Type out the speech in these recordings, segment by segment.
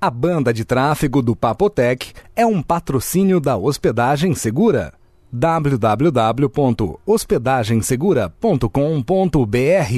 A banda de tráfego do Papotec é um patrocínio da Hospedagem Segura. www.hospedagensegura.com.br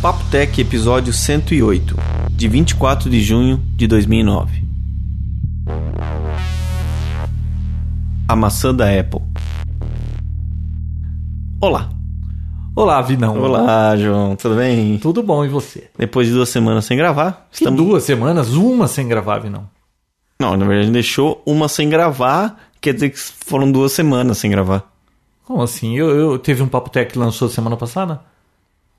Papo Tech, episódio 108, de 24 de junho de 2009. A maçã da Apple. Olá. Olá, Vinão. Olá, João. Tudo bem? Tudo bom e você? Depois de duas semanas sem gravar, Que duas semanas, uma sem gravar, Vinão. Não, na verdade, a gente deixou uma sem gravar, quer dizer que foram duas semanas sem gravar. Como assim? Eu, eu- teve um papo tech que lançou semana passada?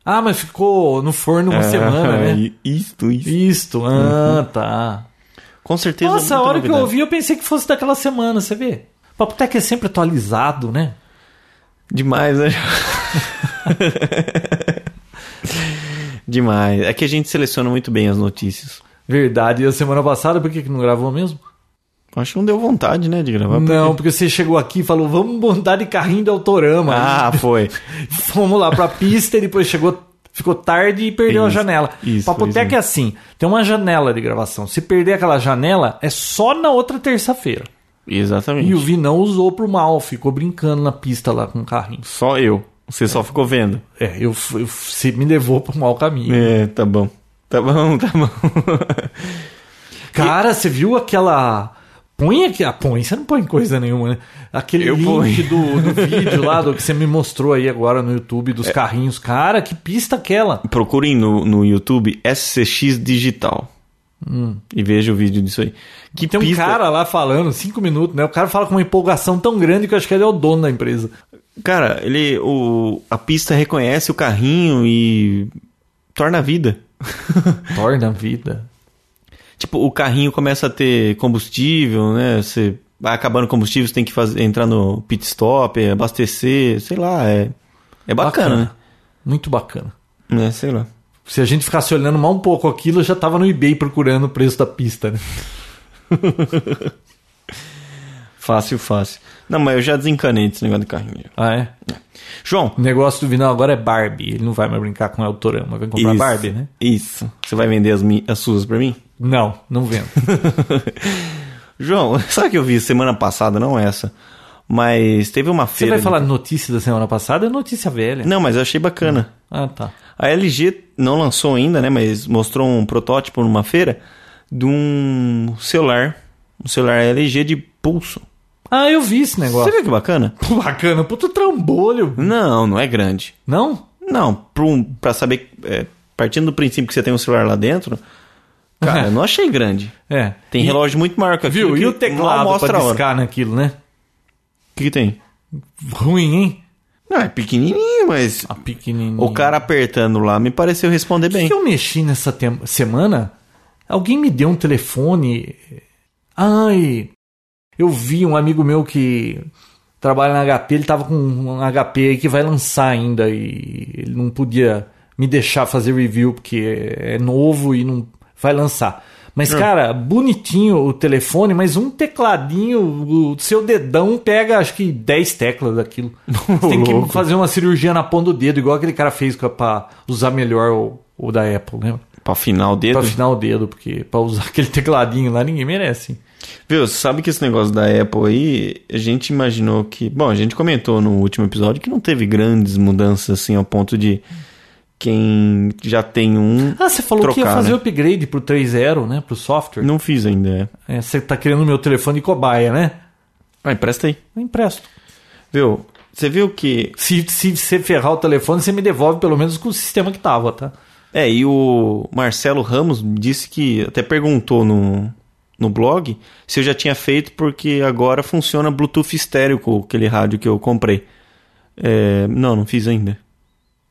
Ah, mas ficou no forno uma É, semana, né? Isto, isso. Isto, ah, tá. Com certeza. Nossa, a muita hora que eu novidade. ouvi, eu pensei que fosse daquela semana, você vê? Papo Tech é sempre atualizado, né? Demais, né? Demais. É que a gente seleciona muito bem as notícias. Verdade. E a semana passada, por que, que não gravou mesmo? Acho que não deu vontade, né, de gravar. Não, porque você chegou aqui e falou, vamos montar de carrinho de autorama. Ah, foi. Fomos lá pra pista e depois chegou. Ficou tarde e perdeu Isso, a janela. isso, Papoteca isso. é assim: tem uma janela de gravação. Se perder aquela janela, é só na outra terça-feira. Exatamente. E o Vinão usou pro mal, ficou brincando na pista lá com o carrinho. Só eu. Você só ficou vendo. É, eu, f- eu, f- você me levou pro mau caminho. É, tá bom. Tá bom, tá bom. Cara, você viu aquela. Põe aqui. Ah, põe, você não põe coisa nenhuma, né? Aquele Eu link do, do vídeo lá do que você me mostrou aí agora no YouTube É. dos carrinhos. Cara, que pista aquela! Procurem no, no YouTube SCX Digital. E veja o vídeo disso aí. Que Hum. Tem um pista- cara lá falando, cinco minutos, né? O cara fala com uma empolgação tão grande que eu acho que ele é o dono da empresa. Cara, ele. O, a pista reconhece o carrinho e. torna a vida. Torna a vida. Tipo, o carrinho começa a ter combustível, né? Você vai acabando o combustível, você tem que fazer, entrar no pit stop, eh, abastecer, sei lá, é, é bacana, Muito bacana. né? É, sei lá. Se a gente ficasse olhando mal um pouco aquilo, eu já tava no eBay procurando o preço da pista, né? Fácil, fácil. Não, mas eu já desencanei desse negócio de carrinho. Ah, é? João. O negócio do Vinal agora é Barbie. Ele não vai mais brincar com o Eltorama. Vai comprar isso, Barbie, né? Isso. Você vai vender as, mi- as suas pra mim? Não, não vendo. João, sabe o que eu vi semana passada, não essa? Mas teve uma Você feira. vai de- falar notícia da semana passada? É notícia velha. Não, mas eu achei bacana. Ah, tá. A LG não lançou ainda, né? Mas mostrou um protótipo numa feira de um celular. Um celular LG de pulso. Ah, eu vi esse Você negócio. viu que bacana? Pô, bacana. Puta trambolho. Não, não é grande. Não? Não, pra, um- pra saber. é, partindo do princípio que você tem um celular lá dentro. Cara, eu não achei grande. É. Tem E- relógio muito maior que aquilo. Viu? E que o mal teclado mostra pra a hora. discar naquilo, né? O que, que tem? Ruim, hein? Não, é pequenininho, mas. A pequenininha. O cara apertando lá me pareceu responder O bem. que eu mexi nessa tem- semana? Alguém me deu um telefone. Ai. Eu vi um amigo meu que trabalha na HP, ele tava com um HP aí que vai lançar ainda e ele não podia me deixar fazer review porque é novo e não vai lançar. Mas, cara, bonitinho o telefone, mas um tecladinho, o seu dedão pega acho que 10 teclas daquilo. Você tem que louco. fazer uma cirurgia na ponta do dedo, igual aquele cara fez com a- pra usar melhor o, o da Apple, lembra? Pra final dedo. Pra afinar o dedo, porque pra usar aquele tecladinho lá ninguém merece. Viu, você sabe que esse negócio da Apple aí, a gente imaginou que. Bom, a gente comentou no último episódio que não teve grandes mudanças assim ao ponto de quem já tem um. Ah, você falou que ia trocar, fazer né? o upgrade pro 3.0, né? Pro software. Não fiz ainda, é. É, você tá querendo o meu telefone de cobaia, né? Ah, empresta aí. Eu empresto. Viu, você viu que. Se, se você ferrar o telefone, você me devolve pelo menos com o sistema que tava, tá? É, e o Marcelo Ramos disse que. Até perguntou no, no blog se eu já tinha feito, porque agora funciona Bluetooth estéreo com aquele rádio que eu comprei. É, não, não fiz ainda.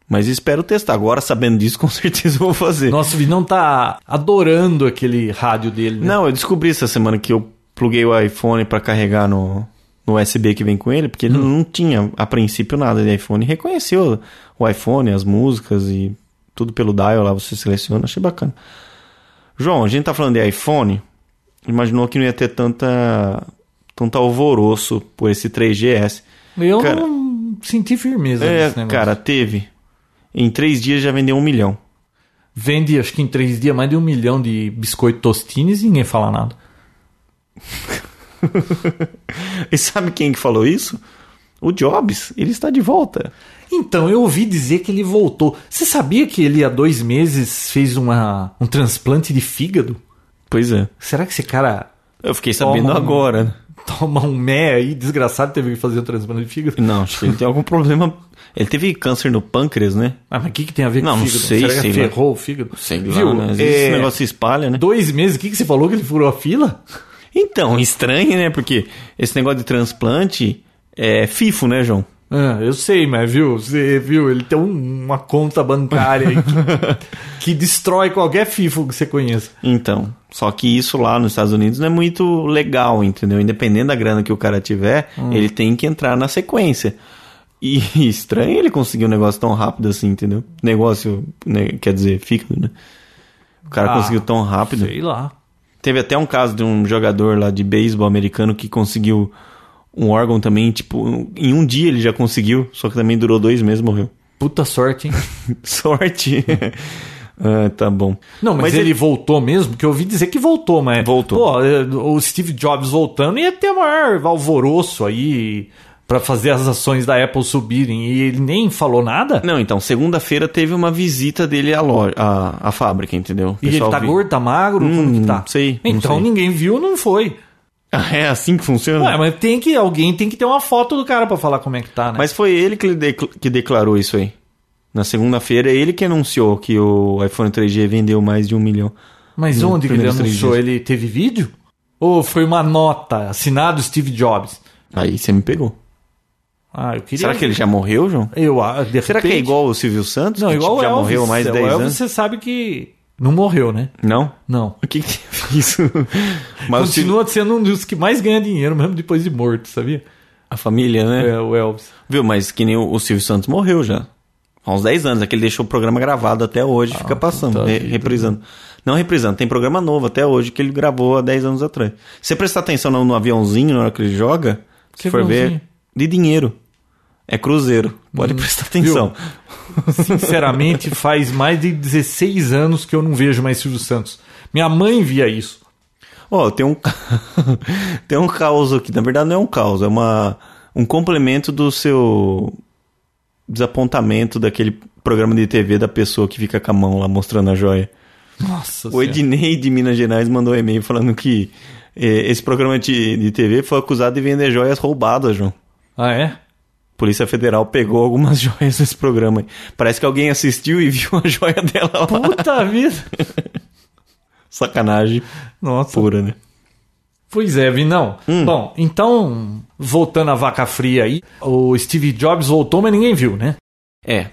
Mas espero testar. Agora, sabendo disso, com certeza eu vou fazer. Nossa, o Vinão tá adorando aquele rádio dele, né? Não, eu descobri essa semana que eu pluguei o iPhone pra carregar no, no USB que vem com ele, porque ele não tinha a princípio nada de iPhone. Reconheceu o iPhone, as músicas e tudo pelo dial lá você seleciona, achei bacana. João, a gente tá falando de iPhone, imaginou que não ia ter tanta tanto alvoroço por esse 3GS. Eu Cara- não senti firmeza É, nesse negócio. cara, teve. Em três dias já vendeu um milhão. Vende, acho que em três dias, mais de um milhão de biscoito tostines e ninguém fala nada. E sabe quem que falou isso? O Jobs, ele está de volta. Então, eu ouvi dizer que ele voltou. Você sabia que ele há dois meses fez uma, um transplante de fígado? Pois é. Será que esse cara Eu fiquei sabendo Toma um- agora. né? toma um mé aí, desgraçado, teve que fazer um transplante de fígado? Não, acho que ele tem algum problema. Ele teve câncer no pâncreas, né? Ah, mas o que, que tem a ver com Não, não fígado? sei, Será que sei lá. ferrou o fígado? Viu? Né? Às vezes É, Esse negócio se espalha, né? Dois meses, o que, que você falou que ele furou a fila? Então, estranho, né? Porque esse negócio de transplante é FIFO, né, João? Ah, eu sei, mas viu, você viu, ele tem um- uma conta bancária aí que, que destrói qualquer FIFO que você conheça. Então, só que isso lá nos Estados Unidos não é muito legal, entendeu? Independente da grana que o cara tiver, ele tem que entrar na sequência. E estranho ele conseguir um negócio tão rápido assim, entendeu? Negócio, né, quer dizer, fígado, né? O cara Ah, conseguiu tão rápido. Sei lá. Teve até um caso de um jogador lá de beisebol americano que conseguiu um órgão também, tipo, um- em um dia ele já conseguiu, só que também durou dois meses e morreu. Puta sorte, hein? Sorte! ah, tá bom. Não, mas, ele, voltou mesmo, que eu ouvi dizer que voltou, mas. Voltou. Pô, é, o Steve Jobs voltando ia ter maior alvoroço aí pra fazer as ações da Apple subirem. E ele nem falou nada. Não, então, segunda-feira teve uma visita dele à loja, à, à fábrica, entendeu? O E ele pessoal tá vi- gordo, tá magro, como Hum, que tá? não sei, não Então sei. ninguém viu, não foi. Ah, é assim que funciona? Ué, mas tem que. Alguém tem que ter uma foto do cara pra falar como é que tá, né? Mas foi ele que, decl- que declarou isso aí. Na segunda-feira, é ele que anunciou que o iPhone 3G vendeu mais de um milhão. Mas onde que ele primeiros três anunciou? dias. Ele teve vídeo? Ou foi uma nota assinado Steve Jobs? Aí você me pegou. Ah, eu queria. Será que ele já morreu, João? Eu, ah, de Será que é repente- igual o Silvio Santos? Não, que, igual tipo, o já Elvis. É, morreu há mais de O 10 Elvis, anos? Você sabe que não morreu, né? Não? Não. O que que teve isso? Mas o Silvio- Continua sendo um dos que mais ganha dinheiro, mesmo depois de morto, sabia? a família, né? É, o Elvis. Viu, mas que nem o o Silvio Santos morreu já. Há uns 10 anos, é que ele deixou o programa gravado até hoje, Ah, fica passando, puta re- vida. reprisando. Não reprisando, tem programa novo até hoje que ele gravou há 10 anos atrás. Se você prestar atenção no, no aviãozinho na hora que ele joga, Que se for ver, aviãozinho? Hum. de dinheiro. É cruzeiro, pode prestar atenção. Sinceramente, faz mais de 16 anos que eu não vejo mais Silvio Santos. Minha mãe via isso. Ó, tem um tem um caos aqui, na verdade não é um caos, é uma um complemento do seu desapontamento daquele programa de TV da pessoa que fica com a mão lá mostrando a joia. Nossa O Ednei de Minas Gerais mandou um e-mail falando que eh, esse programa de, de TV foi acusado de vender joias roubadas, João. Ah, é? Polícia Federal pegou algumas joias desse programa. aí. Parece que alguém assistiu e viu a joia dela lá. Puta vida. Sacanagem Nossa. pura, né? Pois é, Vinão. Hum. Bom, então, voltando à vaca fria aí, o Steve Jobs voltou, mas ninguém viu, né? É.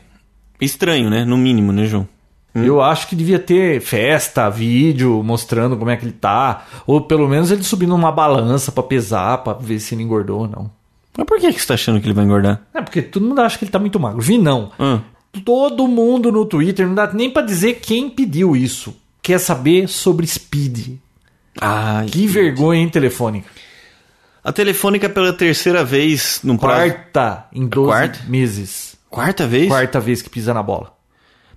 Estranho, né? No mínimo, né, João? Eu acho que devia ter festa, vídeo mostrando como é que ele tá. Ou pelo menos ele subindo numa balança pra pesar, pra ver se ele engordou ou não. Mas por que, que você tá achando que ele vai engordar? É porque todo mundo acha que ele tá muito magro. Vi não. Hã? Todo mundo no Twitter, não dá nem pra dizer quem pediu isso. Quer saber sobre Speed. Ai, Que vergonha, hein, telefônica. A Telefônica pela terceira vez no prazo... Quarta em 12 É Quarta? meses. Quarta vez? Quarta vez que pisa na bola.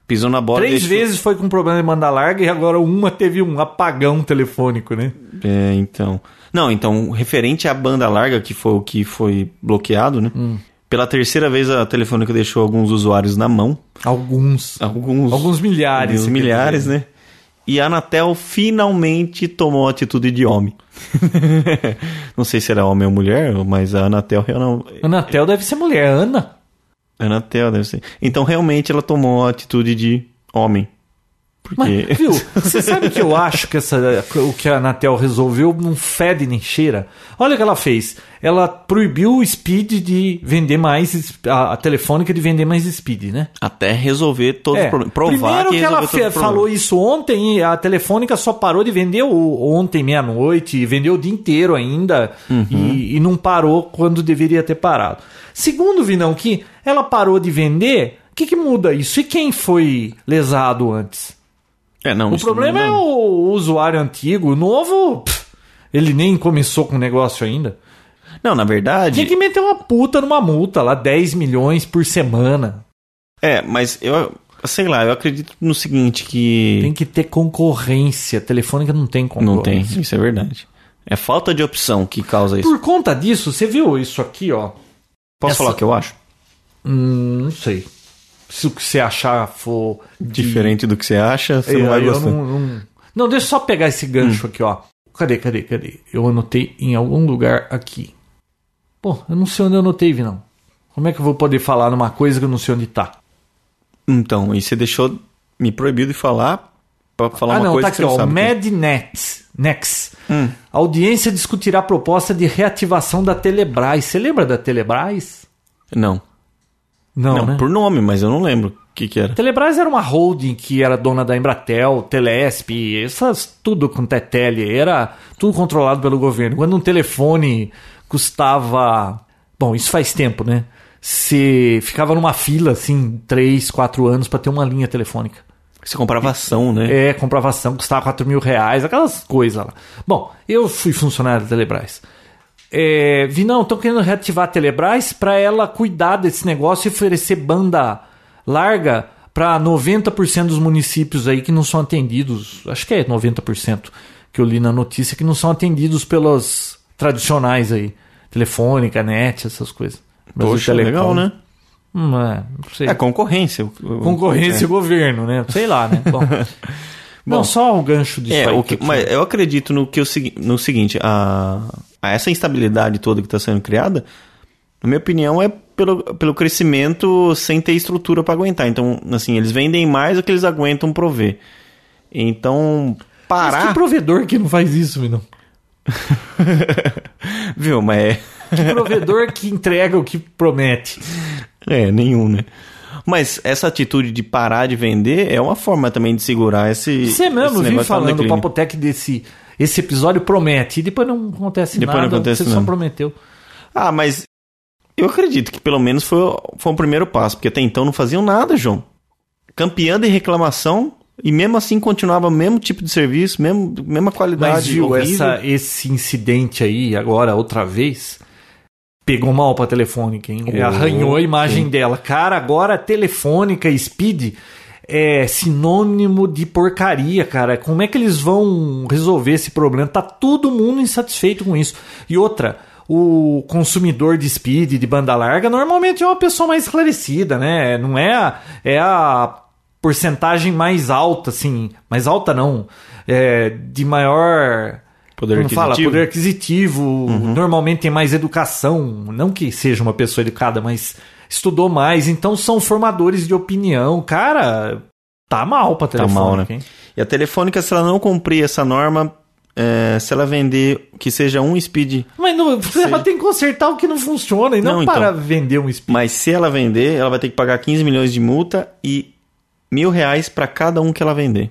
Pisou na bola. Três deixou- vezes foi com problema de mandar larga e agora uma teve um apagão telefônico, né? É, então. Não, então, referente à banda larga, que foi o que foi bloqueado, né? Pela terceira vez a Telefônica deixou alguns usuários na mão. Alguns. Alguns. Alguns milhares. Ah. Alguns você quer milhares, dizer. né? E a Anatel finalmente tomou atitude de homem. Não sei se era homem ou mulher, mas a Anatel realmente. Anatel deve ser mulher, Ana. Anatel deve ser. Então realmente ela tomou a atitude de homem. Porque. Mas, viu, você sabe que eu acho que essa, o que a Anatel resolveu não fede nem cheira? Olha o que ela fez. Ela proibiu o Speed de vender mais, es- a, a telefônica de vender mais Speed, né? Até resolver todos os É. problemas. Provar Primeiro que, resolveu ela todos fe- os problemas. falou isso ontem e a telefônica só parou de vender o, ontem, meia-noite, e vendeu o dia inteiro ainda Uhum. e, e não parou quando deveria ter parado. Segundo, Vinão, que ela parou de vender, o que, que muda isso? E quem foi lesado antes? É, não, O isso problema não- é o usuário antigo, o novo, pff, ele nem começou com o negócio ainda. Não, na verdade. Tinha que meter uma puta numa multa lá, 10 milhões por semana. É, mas eu. Sei lá, eu acredito no seguinte: que. Tem que ter concorrência. Telefônica não tem concorrência. Não tem, isso é verdade. É falta de opção que causa isso. Por conta disso, você viu isso aqui, ó. Posso essa- falar o que eu acho? Hum, não sei. Se o que você achar for Diferente do que você acha, você não vai eu gostar. Hum. Não, não- não, deixa eu só pegar esse gancho aqui, ó. Cadê, cadê, cadê? Eu anotei em algum lugar aqui. Pô, eu não sei onde eu anotei, Vinão. Como é que eu vou poder falar numa coisa que eu não sei onde tá? Então, e você deixou me proibido de falar pra falar ah, uma não, coisa tá que aqui, você não ó. sabe. o que é. MedNet. Nex. Hum. A audiência discutirá a proposta de reativação da Telebrás. Você lembra da Telebrás? Não, Não, não, né? por nome, mas eu não lembro o que que era. Telebrás era uma holding que era dona da Embratel, Telesp, essas tudo com Tetele, era tudo controlado pelo governo. Quando um telefone custava, bom, isso faz tempo, né? Você ficava numa fila assim, 3, 4 anos pra ter uma linha telefônica. Você comprava ação, né? É, comprovação, custava 4 mil reais, aquelas coisas lá. Bom, eu fui funcionário da Telebrás. É, vi, não, estão querendo reativar a Telebrás para ela cuidar desse negócio e oferecer banda larga para 90% dos municípios aí que não são atendidos. Acho que é 90% que eu li na notícia que não são atendidos pelas tradicionais aí. Telefônica, net, essas coisas. Brasil Poxa, Telecom. legal, né? Hum, é, não sei. É concorrência. o- o- Concorrência e é. governo, né? Sei lá, né? Bom. não, só o gancho disso É, aí tipo. o que, eu mas tinha. eu acredito no, que o, segui- no seguinte, a, a essa instabilidade toda que está sendo criada, na minha opinião, é pelo, pelo crescimento sem ter estrutura para aguentar. Então, assim, eles vendem mais do que eles aguentam prover. Então, Mas parar... que provedor que não faz isso, Minão? Viu, mas Que provedor que entrega o que promete. é... É, nenhum, né? Mas essa atitude de parar de vender é uma forma também de segurar esse Você esse mesmo vive negócio tá no falando o declínio. Papotec desse... Esse episódio promete. E depois não acontece Depois não nada. acontece você só nada. prometeu. Ah, mas eu acredito que pelo menos foi, foi um primeiro passo, porque até então não faziam nada, João. Campeã de reclamação e mesmo assim continuava o mesmo tipo de serviço, mesmo, mesma qualidade. Mas viu, horrível. essa, esse incidente aí, agora, outra vez, pegou mal pra Telefônica, hein? Oh, Arranhou a imagem sim. dela. Cara, agora Telefônica e Speed é sinônimo de porcaria, cara. Como é que eles vão resolver esse problema? Tá todo mundo insatisfeito com isso. E outra. O consumidor de speed, de banda larga, normalmente é uma pessoa mais esclarecida, né? Não é a, é a porcentagem mais alta, assim, mais alta não, é, de maior Poder como fala, aquisitivo. Uhum. poder aquisitivo, normalmente tem mais educação, não que seja uma pessoa educada, mas estudou mais, então são formadores de opinião, cara, tá mal pra Tá mal, telefone. né? E a Telefônica, se ela não cumprir essa norma, é, se ela vender que seja um speed, Mas não, ela tem que consertar o que não funciona e não, Não, então. para vender um espírito. mas se ela vender, ela vai ter que pagar 15 milhões de multa e mil reais para cada um que ela vender.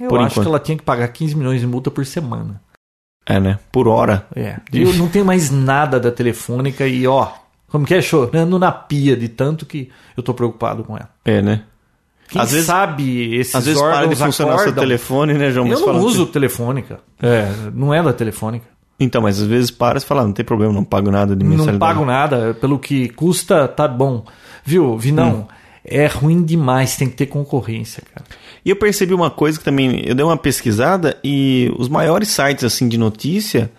Eu por acho enquanto. que ela tinha que pagar 15 milhões de multa por semana. É, né? Por hora. É. Eu não tenho mais nada da telefônica e ó, como que é chorando na pia de tanto que eu tô preocupado com ela. É, né? Quem Às vezes- sabe esses Às vezes para de órgãos funcionar seu acordam. telefone, né, João? Mas Eu não fala assim, uso telefônica. É, não é da telefônica. Então, mas às vezes para e fala, "Ah, não tem problema, não pago nada de mensalidade. Não pago nada, pelo que custa, tá bom. Viu, Vinão? Hum. É ruim demais, tem que ter concorrência, cara. E eu percebi uma coisa que também, eu dei uma pesquisada e os maiores sites assim de notícia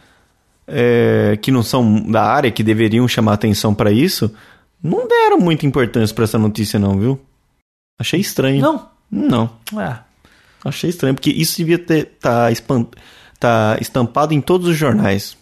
é, que não são da área, que deveriam chamar atenção pra isso, não deram muita importância pra essa notícia não, viu? Achei estranho. Não. Não, Ah, achei estranho, porque isso devia ter tá, espan- tá estampado em todos os jornais.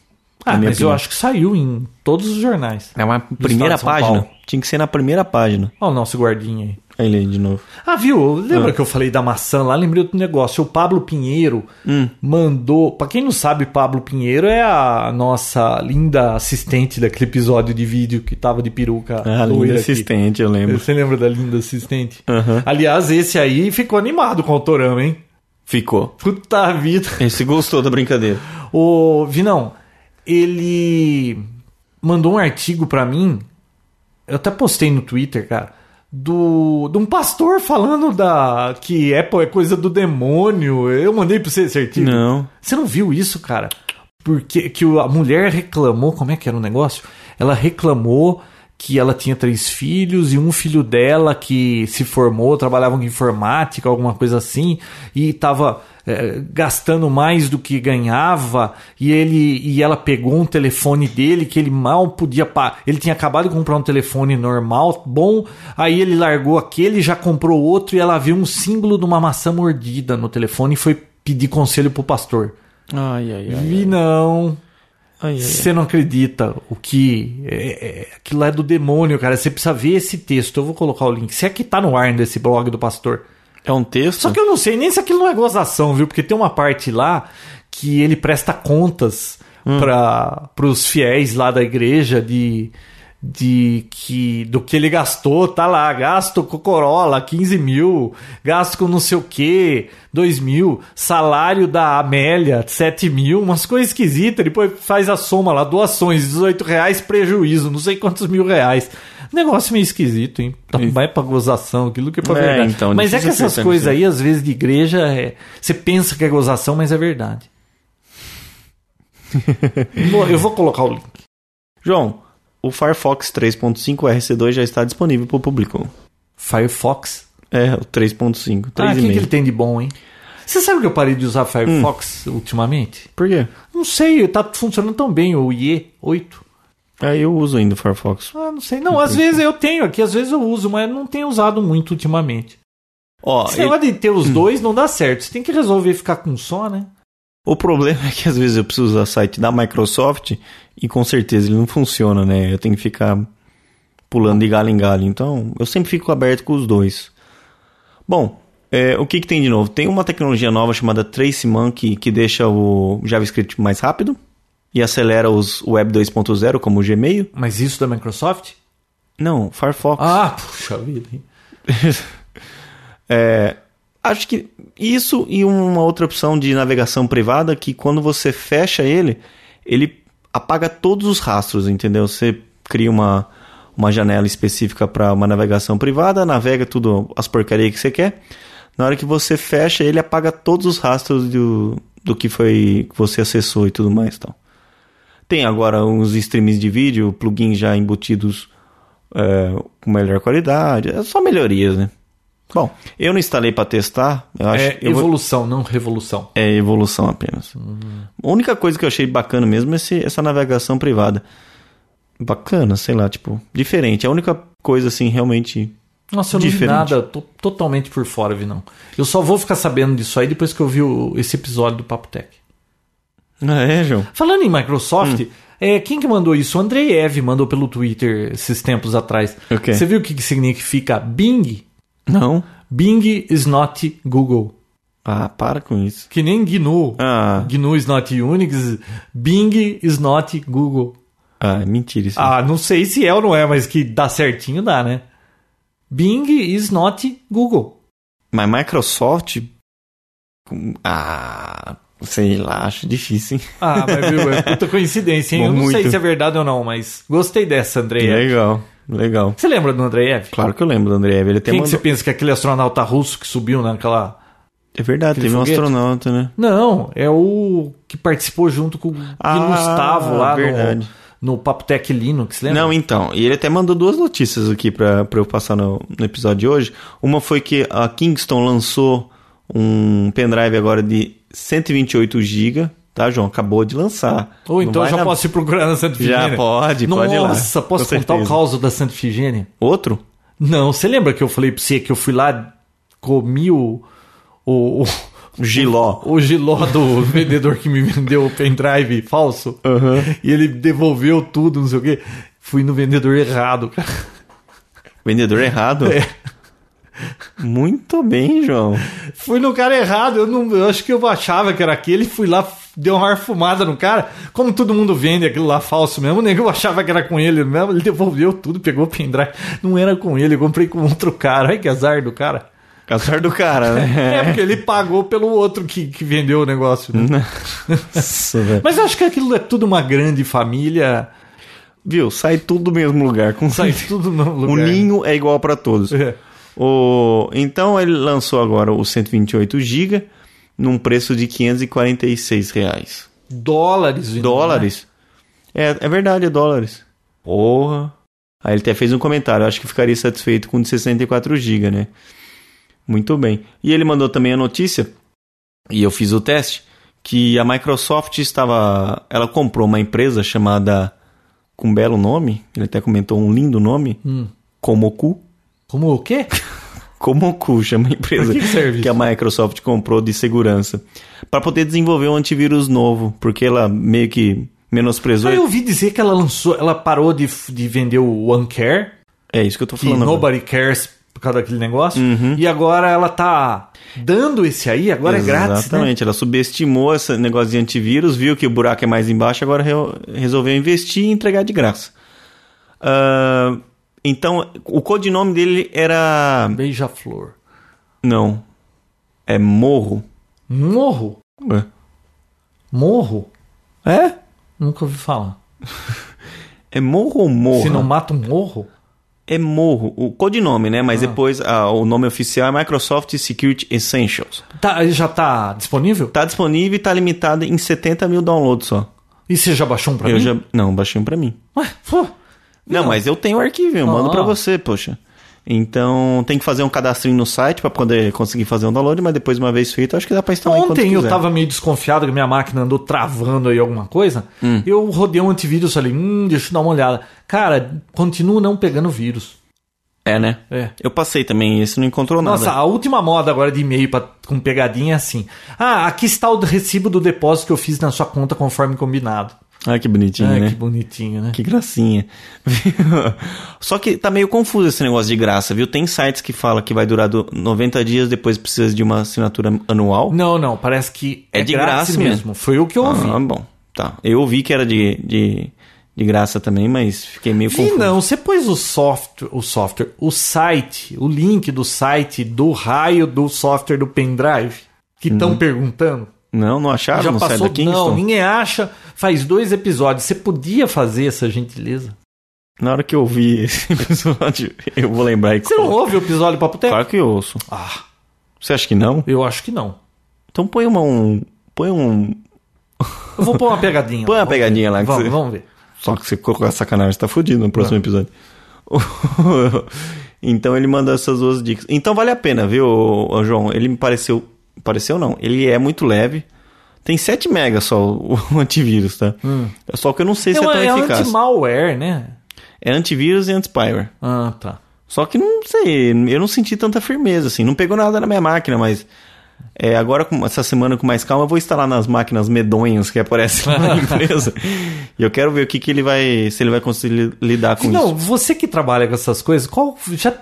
ah na minha mas eu opinião. acho que saiu em todos os jornais. É uma primeira de São página. Paulo. Tinha que ser na primeira página. Olha o nosso guardinha aí. Aí ele de novo. Ah, viu? Lembra Ah. que eu falei da maçã lá? Lembrei outro negócio. O Pablo Pinheiro Hum. mandou. Pra quem não sabe, Pablo Pinheiro é a nossa linda assistente daquele episódio de vídeo que tava de peruca. Ah, loira linda aqui. É. assistente, eu lembro. Você lembra da linda assistente? É. Aham. Aliás, esse aí ficou animado com o Autorama, hein? Ficou. Puta vida. Esse gostou da brincadeira. Ô, Vinão, ele mandou um artigo pra mim. Eu até postei no Twitter, cara. do de um pastor falando da que Apple é coisa do demônio. Eu mandei para você certinho. Não. Você não viu isso, cara? Porque que o- a mulher reclamou, como é que era o negócio? Ela reclamou que ela tinha três filhos e um filho dela que se formou, trabalhava com informática, alguma coisa assim, e estava gastando mais do que ganhava, e ele e ela pegou um telefone dele que ele mal podia pa- ele tinha acabado de comprar um telefone normal, bom, aí ele largou aquele, já comprou outro e ela viu um símbolo de uma maçã mordida no telefone e foi pedir conselho pro pastor. Ai, ai, ai. Vi não. ai, ai, ai. Você não acredita o que. É, é- aquilo lá é do demônio, cara. Você precisa ver esse texto. Eu vou colocar o link. Se é que tá no ar desse blog do pastor. É um texto? Só que eu não sei nem se aquilo não é gozação, viu? Porque tem uma parte lá que ele presta contas para os fiéis lá da igreja de. De que do que ele gastou, tá lá, gasto com Corolla 15 mil, gasto com não sei o que, 2 mil, salário da Amélia 7 mil, umas coisas esquisitas. Depois faz a soma lá, doações 18 reais, prejuízo, não sei quantos mil reais. Negócio meio esquisito, hein? Tá mais pra gozação aquilo que pra É, verdade. então, Mas é que difícil essas acreditar coisas nisso. aí, às vezes, de igreja, é- você pensa que é gozação, mas é verdade. Bom, Eu vou colocar o link. João, o Firefox 3.5 RC2 já está disponível para o público. Firefox. É, o 3.5, Ah, o Ah, que, que 3,5. ele tem de bom, hein? Você sabe que eu parei de usar Firefox Hum. ultimamente? Por quê? Não sei, tá funcionando tão bem o IE 8. Ah, eu uso ainda o Firefox. Ah, não sei. Não, às vezes eu tenho aqui, às vezes eu uso, mas não tenho usado muito ultimamente. Ó, Hum. Esse ele- negócio de ter os dois não dá certo. Você tem que resolver ficar com um só, né? o problema é que às vezes eu preciso usar site da Microsoft e com certeza ele não funciona, né? Eu tenho que ficar pulando de galho em galho. Então, eu sempre fico aberto com os dois. Bom, é, o que, que tem de novo? Tem uma tecnologia nova chamada Traceman que, que deixa o JavaScript mais rápido e acelera os Web 2.0, como o Gmail. Mas isso da Microsoft? Não, Firefox. Ah, puxa vida, hein? É, acho que isso e uma outra opção de navegação privada que quando você fecha ele, ele apaga todos os rastros, entendeu? Você cria uma, uma janela específica para uma navegação privada, navega tudo as porcarias que você quer. Na hora que você fecha, ele apaga todos os rastros do, do que foi que você acessou e tudo mais, então. tal. Tem agora uns streams de vídeo, plugins já embutidos é, com melhor qualidade. É só melhorias, né? Bom, eu não instalei para testar. Eu acho é eu vou- evolução, não revolução. é evolução apenas. A única coisa que eu achei bacana mesmo é esse- essa navegação privada. Bacana, sei lá, tipo, diferente. É A única coisa, assim, realmente. Nossa, eu não vi Diferente. nada, tô totalmente por fora, vi não. Eu só vou ficar sabendo disso aí depois que eu vi o- esse episódio do Papo Tech. Ah, é, João? Falando em Microsoft, Hum. é, quem que mandou isso? O Andrei Eve mandou pelo Twitter esses tempos atrás. Ok. Você viu o que, que significa Bing? Não. Bing is not Google. Ah, para com isso. Que nem GNU. Ah, GNU is not Unix. Bing is not Google. ah é mentira isso. Ah, não sei se é ou não é, mas que dá certinho dá, né? Bing is not Google. Mas Microsoft. com- Ah, sei lá, acho difícil, hein? Ah, mas viu, é puta coincidência, hein? Bom, eu não sei muito. Né? se é verdade ou não, mas gostei dessa, Andreev. Legal, legal. Você lembra do Andreev? Claro que eu lembro do André. Ele até Quem mandou... que você pensa que é aquele astronauta russo que subiu naquela... É verdade, Aquele teve um foguete? astronauta, né? Não, é o que participou junto com o Ah, Gustavo lá verdade. no, no Papo Tech Linux, lembra? Não, então. E ele até mandou duas notícias aqui pra pra eu passar no, no episódio de hoje. Uma foi que a Kingston lançou um pendrive agora de 128 GB, tá, João? Acabou de lançar. Ou Não então vai já na- posso ir procurar na Santa Já Figênia? pode, Nossa, pode ir lá. Nossa, Com posso contar o certeza. caos da Santa Figênia? Outro? Não, você lembra que eu falei pra você que eu fui lá, comi o... o, o Giló. o giló do vendedor que me vendeu o pendrive falso. E ele devolveu tudo, não sei o quê. Fui no vendedor errado, cara. Vendedor errado? É. Muito bem, João. Fui no cara errado. Eu, não, eu acho que eu achava que era aquele. Fui lá, deu uma fumada no cara. Como todo mundo vende aquilo lá falso mesmo, nem eu achava que era com ele mesmo. Ele devolveu tudo, pegou o pendrive. Não era com ele, eu comprei com outro cara. Ai, que azar do cara. Azar do cara, É, né? porque ele pagou pelo outro que, que vendeu o negócio. né? Nossa, velho. Mas eu acho que aquilo é tudo uma grande família. Viu? Sai tudo do mesmo lugar. Com Sai tudo no lugar. né? O ninho é igual para todos. É. O- Então ele lançou agora o 128 GB num preço de 546 reais. Dólares. né? Vinícius, Dólares? É, é verdade, é dólares. Porra. Aí ele até fez um comentário, acho que ficaria satisfeito com o de 64 GB, né? Muito bem. E ele mandou também a notícia, e eu fiz o teste, que a Microsoft estava... Ela comprou uma empresa chamada... Com um belo nome, ele até comentou um lindo nome, né? Hum. Komoku. Como o quê? Komoku chama a empresa Pra que que serve que a isso? Microsoft comprou de segurança para poder desenvolver um antivírus novo, porque ela meio que menosprezou. Ah, eu ouvi dizer que ela lançou, ela parou de, f- de vender o OneCare, É isso que eu tô que falando. Uhum. agora. nobody cares por causa daquele negócio, e agora ela tá dando esse aí, agora é grátis, né? Exatamente, ela subestimou esse negócio de antivírus, viu que o buraco é mais embaixo, agora reo- resolveu investir e entregar de graça. Ah, então, o codinome dele era. Beija-flor. Não. É Morro. Morro? Morro? É? Nunca ouvi falar. É Morro ou Morro? Se não mata um morro? É Morro, o codinome, né? Mas depois ah, o nome oficial é Microsoft Security Essentials. Tá, ele já tá disponível? Tá disponível e tá limitado em 70 mil downloads só. E você já baixou um pra eu mim? já. Não, baixei um pra mim. Ué, pô, Não, mas eu tenho o arquivo, eu mando Ah. pra você, poxa. Então tem que fazer um cadastrinho no site pra poder conseguir fazer um download, mas depois, uma vez feito, acho que dá pra instalar Então, enquanto Ontem eu quiser. tava meio desconfiado que minha máquina andou travando aí alguma coisa. Hum. Eu rodei um antivírus e falei, hum, deixa eu dar uma olhada. Cara, continua não pegando vírus. É, né? É. Eu passei também, esse não encontrou Nossa, nada. a última moda agora de e-mail pra- com pegadinha é assim. Ah, aqui está o recibo do depósito que eu fiz na sua conta conforme combinado. Ah, que bonitinho, Ai, né? que bonitinho, né? Que gracinha. Só que tá meio confuso esse negócio de graça, viu? Tem sites que fala que vai durar do- 90 dias, depois precisa de uma assinatura anual. Não, não, parece que É de graça mesmo. mesmo. Foi o que eu ouvi. Ah, bom. Tá. Eu ouvi que era de, de, de graça também, mas fiquei meio Vi confuso. não, você pôs o software, o software, o site, o link do site do raio do software do pendrive que estão perguntando. Não, Uhum. não acharam Já no site passou, da Kingston? não, ninguém acha. Faz dois episódios. Você podia fazer essa gentileza? Na hora que eu ouvi esse episódio, eu vou lembrar. e Você não coloco. ouve né? o episódio do Papo Técnico? Claro que eu ouço. Ah, Você acha que não? eu acho que não. Então põe uma, um... Põe um... Eu vou pôr uma pegadinha. Põe lá, uma vamos pegadinha lá. ver. Que Vamos, você- vamos ver. Só que você colocou a sacanagem, você tá fudido no próximo episódio. então ele mandou essas duas dicas. Então vale a pena, viu, ô, ô, João? Ele me pareceu. Pareceu não. Ele é muito leve. Tem 7 mega só o, o antivírus, tá? Só que eu não sei se É, é, uma- tão é eficaz. anti-malware, né? É antivírus e anti-spyware. Ah, tá. Só que não sei, eu não senti tanta firmeza, assim. Não pegou nada na minha máquina, mas. é, agora, com- essa semana com mais calma, eu vou instalar nas máquinas medonhas que aparecem lá na empresa. e eu quero ver o que, que ele vai. Se ele vai conseguir lidar com isso. Não, você que trabalha com essas coisas, qual já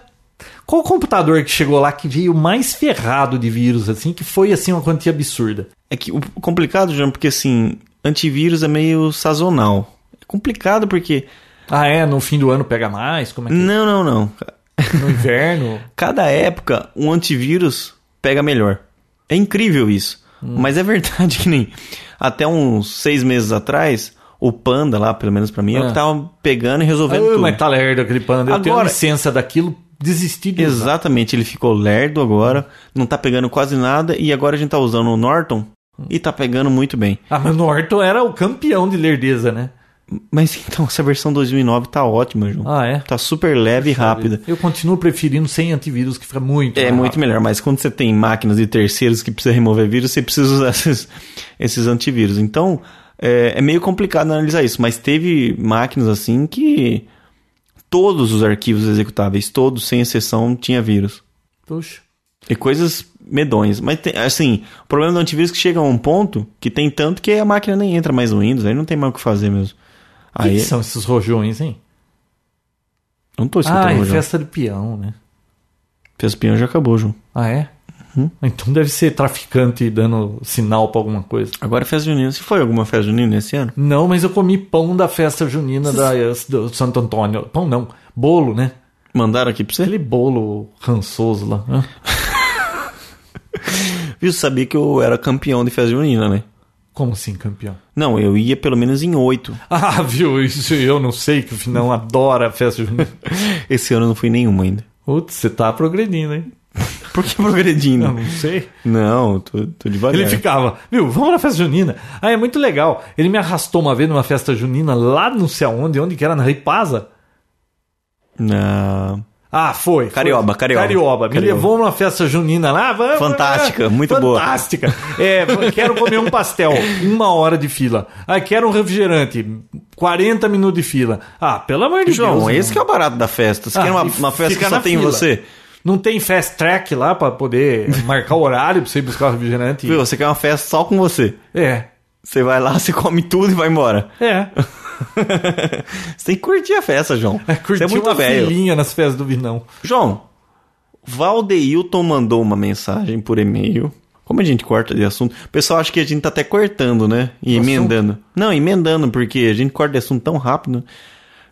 qual computador que chegou lá que veio mais ferrado de vírus assim, que foi assim uma quantia absurda? É que o complicado, João, porque assim, antivírus é meio sazonal. É complicado porque. Ah, é, no fim do ano pega mais, como é que Não, não, não. é? no inverno? Cada época, um antivírus pega melhor. É incrível isso. Hum. Mas é verdade que nem. Até uns seis meses atrás, o Panda lá, pelo menos pra mim, é o Ah. que tava pegando e resolvendo Ai, tudo. mas tá lerdo aquele panda. Eu tenho Ah, Agora- licença daquilo, desisti de usar. Exatamente, ele ficou lerdo agora, não tá pegando quase nada, e agora a gente tá usando o Norton Hum. e tá pegando muito bem. Ah, mas o Norton era o campeão de lerdeza, né? Mas então, essa versão 2009 tá ótima, João. Ah, é. Tá super leve e rápida. Eu continuo preferindo sem antivírus, que fica muito É mais muito melhor, mas quando você tem máquinas de terceiros que precisa remover vírus, você precisa usar esses, esses antivírus. Então, é, é meio complicado analisar isso, mas teve máquinas assim que todos os arquivos executáveis, todos, sem exceção, tinha vírus. rápido. Puxa. E coisas medonhas. Mas, tem- assim, o problema do antivírus é que chega a um ponto que tem tanto que a máquina nem entra mais no Windows, aí não tem mais o que fazer mesmo. O que Aí, que são esses rojões, hein? eu não tô escutando, Ah, é João. Fez... festa de peão, né? pião já acabou, João. Ah, é? Então deve ser traficante dando sinal pra alguma coisa. Agora é festa junina. Se foi alguma festa junina esse ano? Não, mas eu comi pão da festa junina da, eh, do Santo Antônio. Pão não, bolo, né? Mandaram aqui pra você? Aquele bolo rançoso lá. né? Viu, sabia que eu era campeão de festa junina, né? Como assim, campeão? Não, eu ia pelo menos em oito. Ah, viu? Isso eu não sei que o Finão adora a festa junina. Esse ano eu não fui nenhuma ainda. Putz, você tá progredindo, hein? Por que progredindo? Eu não sei. Não, tô, tô devagar. Ele ficava, viu, vamos na festa junina. Ah, é muito legal. Ele me arrastou uma vez numa festa junina lá não sei aonde, onde que era, na Ripasa. Não. Ah, foi. foi. Carioba, Carioba. Carioba. Me Carioba. levou numa festa junina lá. vamos, Fantástica, vamos. muito boa. Fantástica. É, quero comer um pastel. Uma hora de fila. Ah, quero um refrigerante. 40 minutos de fila. Ah, pelo amor de João, Deus. esse que é o barato da festa. Você Ah, quer uma, e uma festa fica que só na tem fila. você? Não tem fast track lá pra poder marcar o horário pra você ir buscar o refrigerante? Viu, Você quer uma festa só com você. É. Você vai lá, você come tudo e vai embora. É. Você tem que curtir a festa, João. você Curtiu é muito uma velho. filhinha nas festas do Vinão. João, Valdeilton mandou uma mensagem por e-mail. Como a gente corta de assunto? O pessoal acha que a gente tá até cortando, né? E Assunto? emendando. Não, emendando, porque a gente corta de assunto tão rápido. né?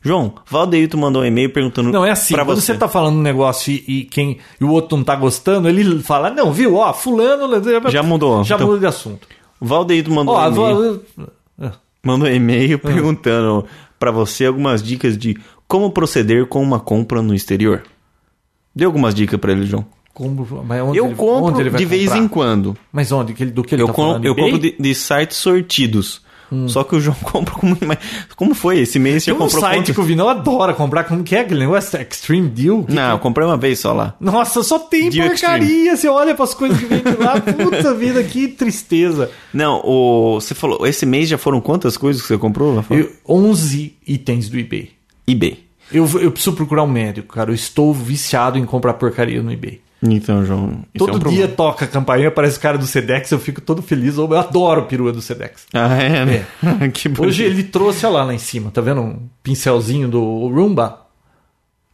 João, Valdeilton mandou um e-mail perguntando Não, é assim, pra quando você. você tá falando um negócio e, e quem, e o outro não tá gostando, ele fala, não, viu, ó, fulano... Já mudou, Já então. mudou de assunto. Valdeilton mandou Ó, Ah. um e-mail. vou- Mandou um e-mail perguntando pra você algumas dicas de como proceder com uma compra no exterior. Dê algumas dicas pra ele, João. Como- mas onde eu ele- onde compro ele vai de vez comprar? em quando. Mas onde? Que ele- Do que ele Eu, tá com- falando? eu eBay? compro de, de sites sortidos. Só que o João compra com muito mais. Como foi? Esse mês você Tem um comprou site quanto? que o Vinão adora comprar. Como que é aquele negócio? Extreme Deal? Que- Não, eu comprei uma vez só lá. Nossa, só tem Deal porcaria. Você olha pras coisas que vem de lá. Puta vida, que tristeza. Não, o, você falou, esse mês já foram quantas coisas que você comprou? Rafa? Eu, 11 itens do eBay. eBay. Eu, eu preciso procurar um médico, cara. Eu estou viciado em comprar porcaria no eBay. Então, João. Isso é um todo dia problema. toca a campainha, aparece o cara do Sedex, eu fico todo feliz. Eu adoro perua do Sedex. Ah, é, né? que bonito. Hoje ele trouxe, olha lá, lá em cima, tá vendo? Um pincelzinho do Roomba.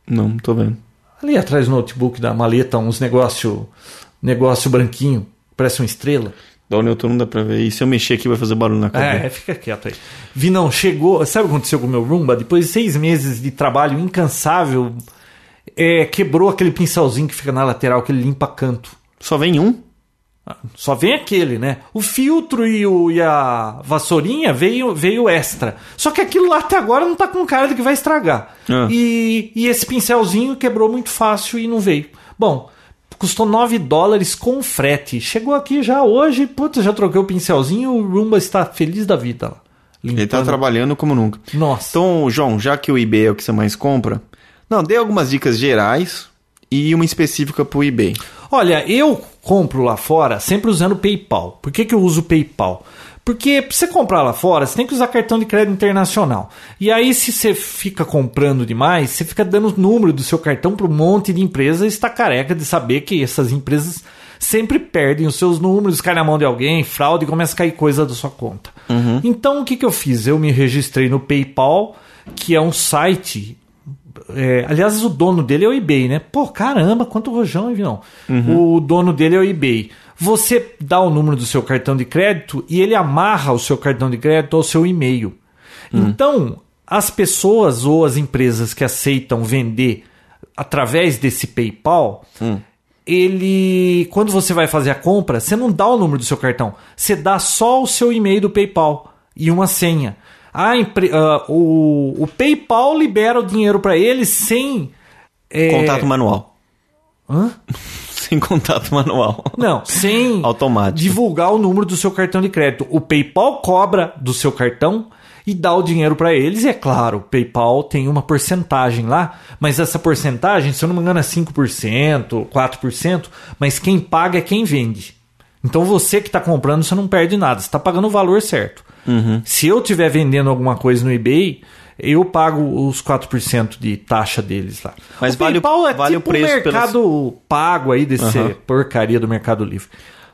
Não, não tô vendo. Ali atrás do notebook da maleta, uns negócio, negócio branquinho, parece uma estrela. Da onde eu tô não dá pra ver. E se eu mexer aqui vai fazer barulho na cadeira. É, fica quieto aí. Vinão, chegou. Sabe o que aconteceu com o meu Roomba? Depois de seis meses de trabalho incansável, é, quebrou aquele pincelzinho que fica na lateral, que ele limpa canto. Só vem um? Só vem aquele, né? O filtro e, o- e a vassourinha veio, veio extra. Só que aquilo lá até agora não tá com cara de que vai estragar. Ah. E, e esse pincelzinho quebrou muito fácil e não veio. Bom, custou 9 dólares com frete. Chegou aqui já hoje, putz, já troquei o pincelzinho, o Roomba está feliz da vida lá. Ele tá Limpando. trabalhando como nunca. Nossa. Então, João, já que o eBay é o que você mais compra, não, dê algumas dicas gerais e uma específica pro eBay. Olha, eu compro lá fora sempre usando PayPal. Por que, que eu uso PayPal? Porque pra você comprar lá fora, você tem que usar cartão de crédito internacional. E aí, se você fica comprando demais, você fica dando o número do seu cartão para um monte de empresa e está careca de saber que essas empresas sempre perdem os seus números, cai na mão de alguém, fraude, começa a cair coisa da sua conta. Então, o que, que eu fiz? Eu me registrei no PayPal, que é um site é, aliás, o dono dele é o eBay, né? Pô, caramba, quanto rojão, hein, Vinão? O dono dele é o eBay. Você dá o número do seu cartão de crédito e ele amarra o seu cartão de crédito ao seu e-mail. Então, as pessoas ou as empresas que aceitam vender através desse PayPal, ele. Quando você vai fazer a compra, você não dá o número do seu cartão. Você dá só o seu e-mail do PayPal e uma senha. A empre- ah, o, o PayPal libera o dinheiro para ele sem. é, Contato manual. Hã? Sem contato manual. Não, sem Automático. divulgar o número do seu cartão de crédito. O PayPal cobra do seu cartão e dá o dinheiro para eles. E é claro, o PayPal tem uma porcentagem lá, mas essa porcentagem, se eu não me engano, é 5%, 4%, mas quem paga é quem vende. Então você que está comprando, você não perde nada, você está pagando o valor certo. Uhum. Se eu estiver vendendo alguma coisa no eBay, eu pago os 4% de taxa deles lá. Mas o vale o- PayPal é vale o tipo preço um pelas- mercado pago aí desse Aham. porcaria do Mercado Livre.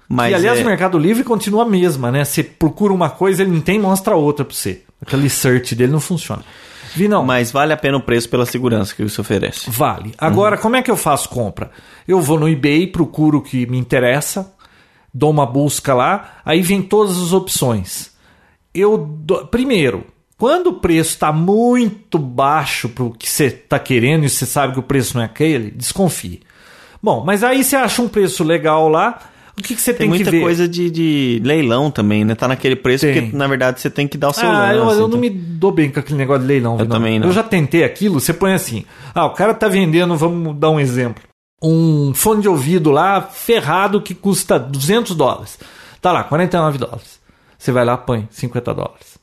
Mas e aliás, é- o Mercado Livre continua a mesma, né? Você procura uma coisa, ele não tem, mostra outra pra você. Aquele search dele não funciona. Vi não. Mas vale a pena o preço pela segurança que isso oferece. Vale. Agora, Uhum. como é que eu faço compra? Eu vou no eBay, procuro o que me interessa, dou uma busca lá, aí vem todas as opções. Eu dou- primeiro, quando o preço está muito baixo para o que você está querendo e você sabe que o preço não é aquele, desconfie. Bom, mas aí você acha um preço legal lá. O que, que você Tem, tem, que ver? muita coisa de, de leilão também, né? Tá naquele preço Tem. que, na verdade, você tem que dar o seu Ah, lance. eu, eu não então. me dou bem com aquele negócio de leilão. Vinão. também não. Eu já tentei aquilo, você põe assim. Ah, o cara tá vendendo, vamos dar um exemplo. Um fone de ouvido lá, ferrado, que custa 200 dólares. Tá lá, 49 dólares. Você vai lá, põe 50 dólares.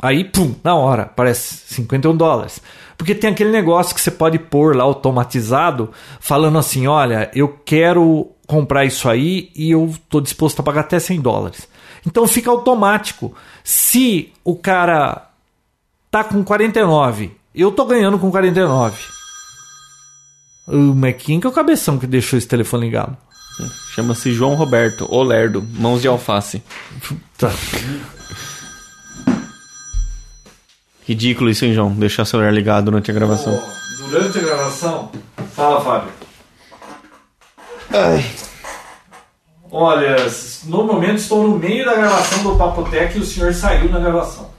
Aí, pum, na hora, parece 51 dólares. Porque tem aquele negócio que você pode pôr lá automatizado, falando assim: olha, eu quero comprar isso aí e eu estou disposto a pagar até 100 dólares. Então fica automático. Se o cara tá com 49. Eu tô ganhando com 49. O Mequinho que é o cabeção que deixou esse telefone ligado. Chama-se João Roberto, o Lerdo, mãos de alface. Tá. Ridículo isso, hein, João? Deixar o celular ligado durante a gravação. Durante a gravação, fala, Fábio. Olha, no momento estou no meio da gravação do Papotec e o senhor saiu na gravação.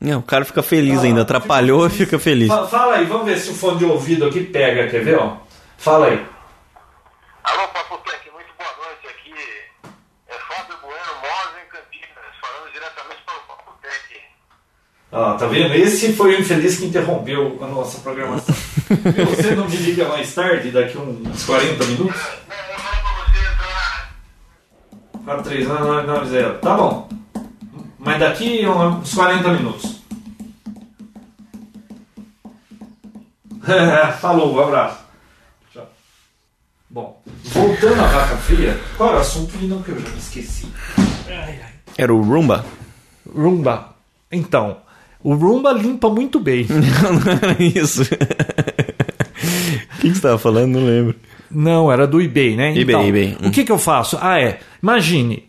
Não, o cara fica feliz ainda. Atrapalhou e fica feliz. Fa- Fala aí, vamos ver se o fone de ouvido aqui pega, quer ver? Ó? Fala aí. Alô, Papo Tec, muito boa noite aqui. É Fábio Bueno, Mosa em Campinas, falando diretamente para o Papo Tec. Ah, tá vendo? Esse foi o infeliz que interrompeu a nossa programação. Você não me liga mais tarde, daqui uns 40 minutos? Não, eu falei para você entrar. 43990. Tá bom. Mas daqui uns 40 minutos. Falou, um abraço. Tchau. Bom, voltando à vaca fria, qual era o assunto não que eu já me esqueci? Era o Roomba? Rumba. Então, o Rumba limpa muito bem. Não, não era isso. O que, que você tava falando? Não lembro. Não, era do eBay, né? eBay, então, eBay. O que, que eu faço? Ah, é. Imagine,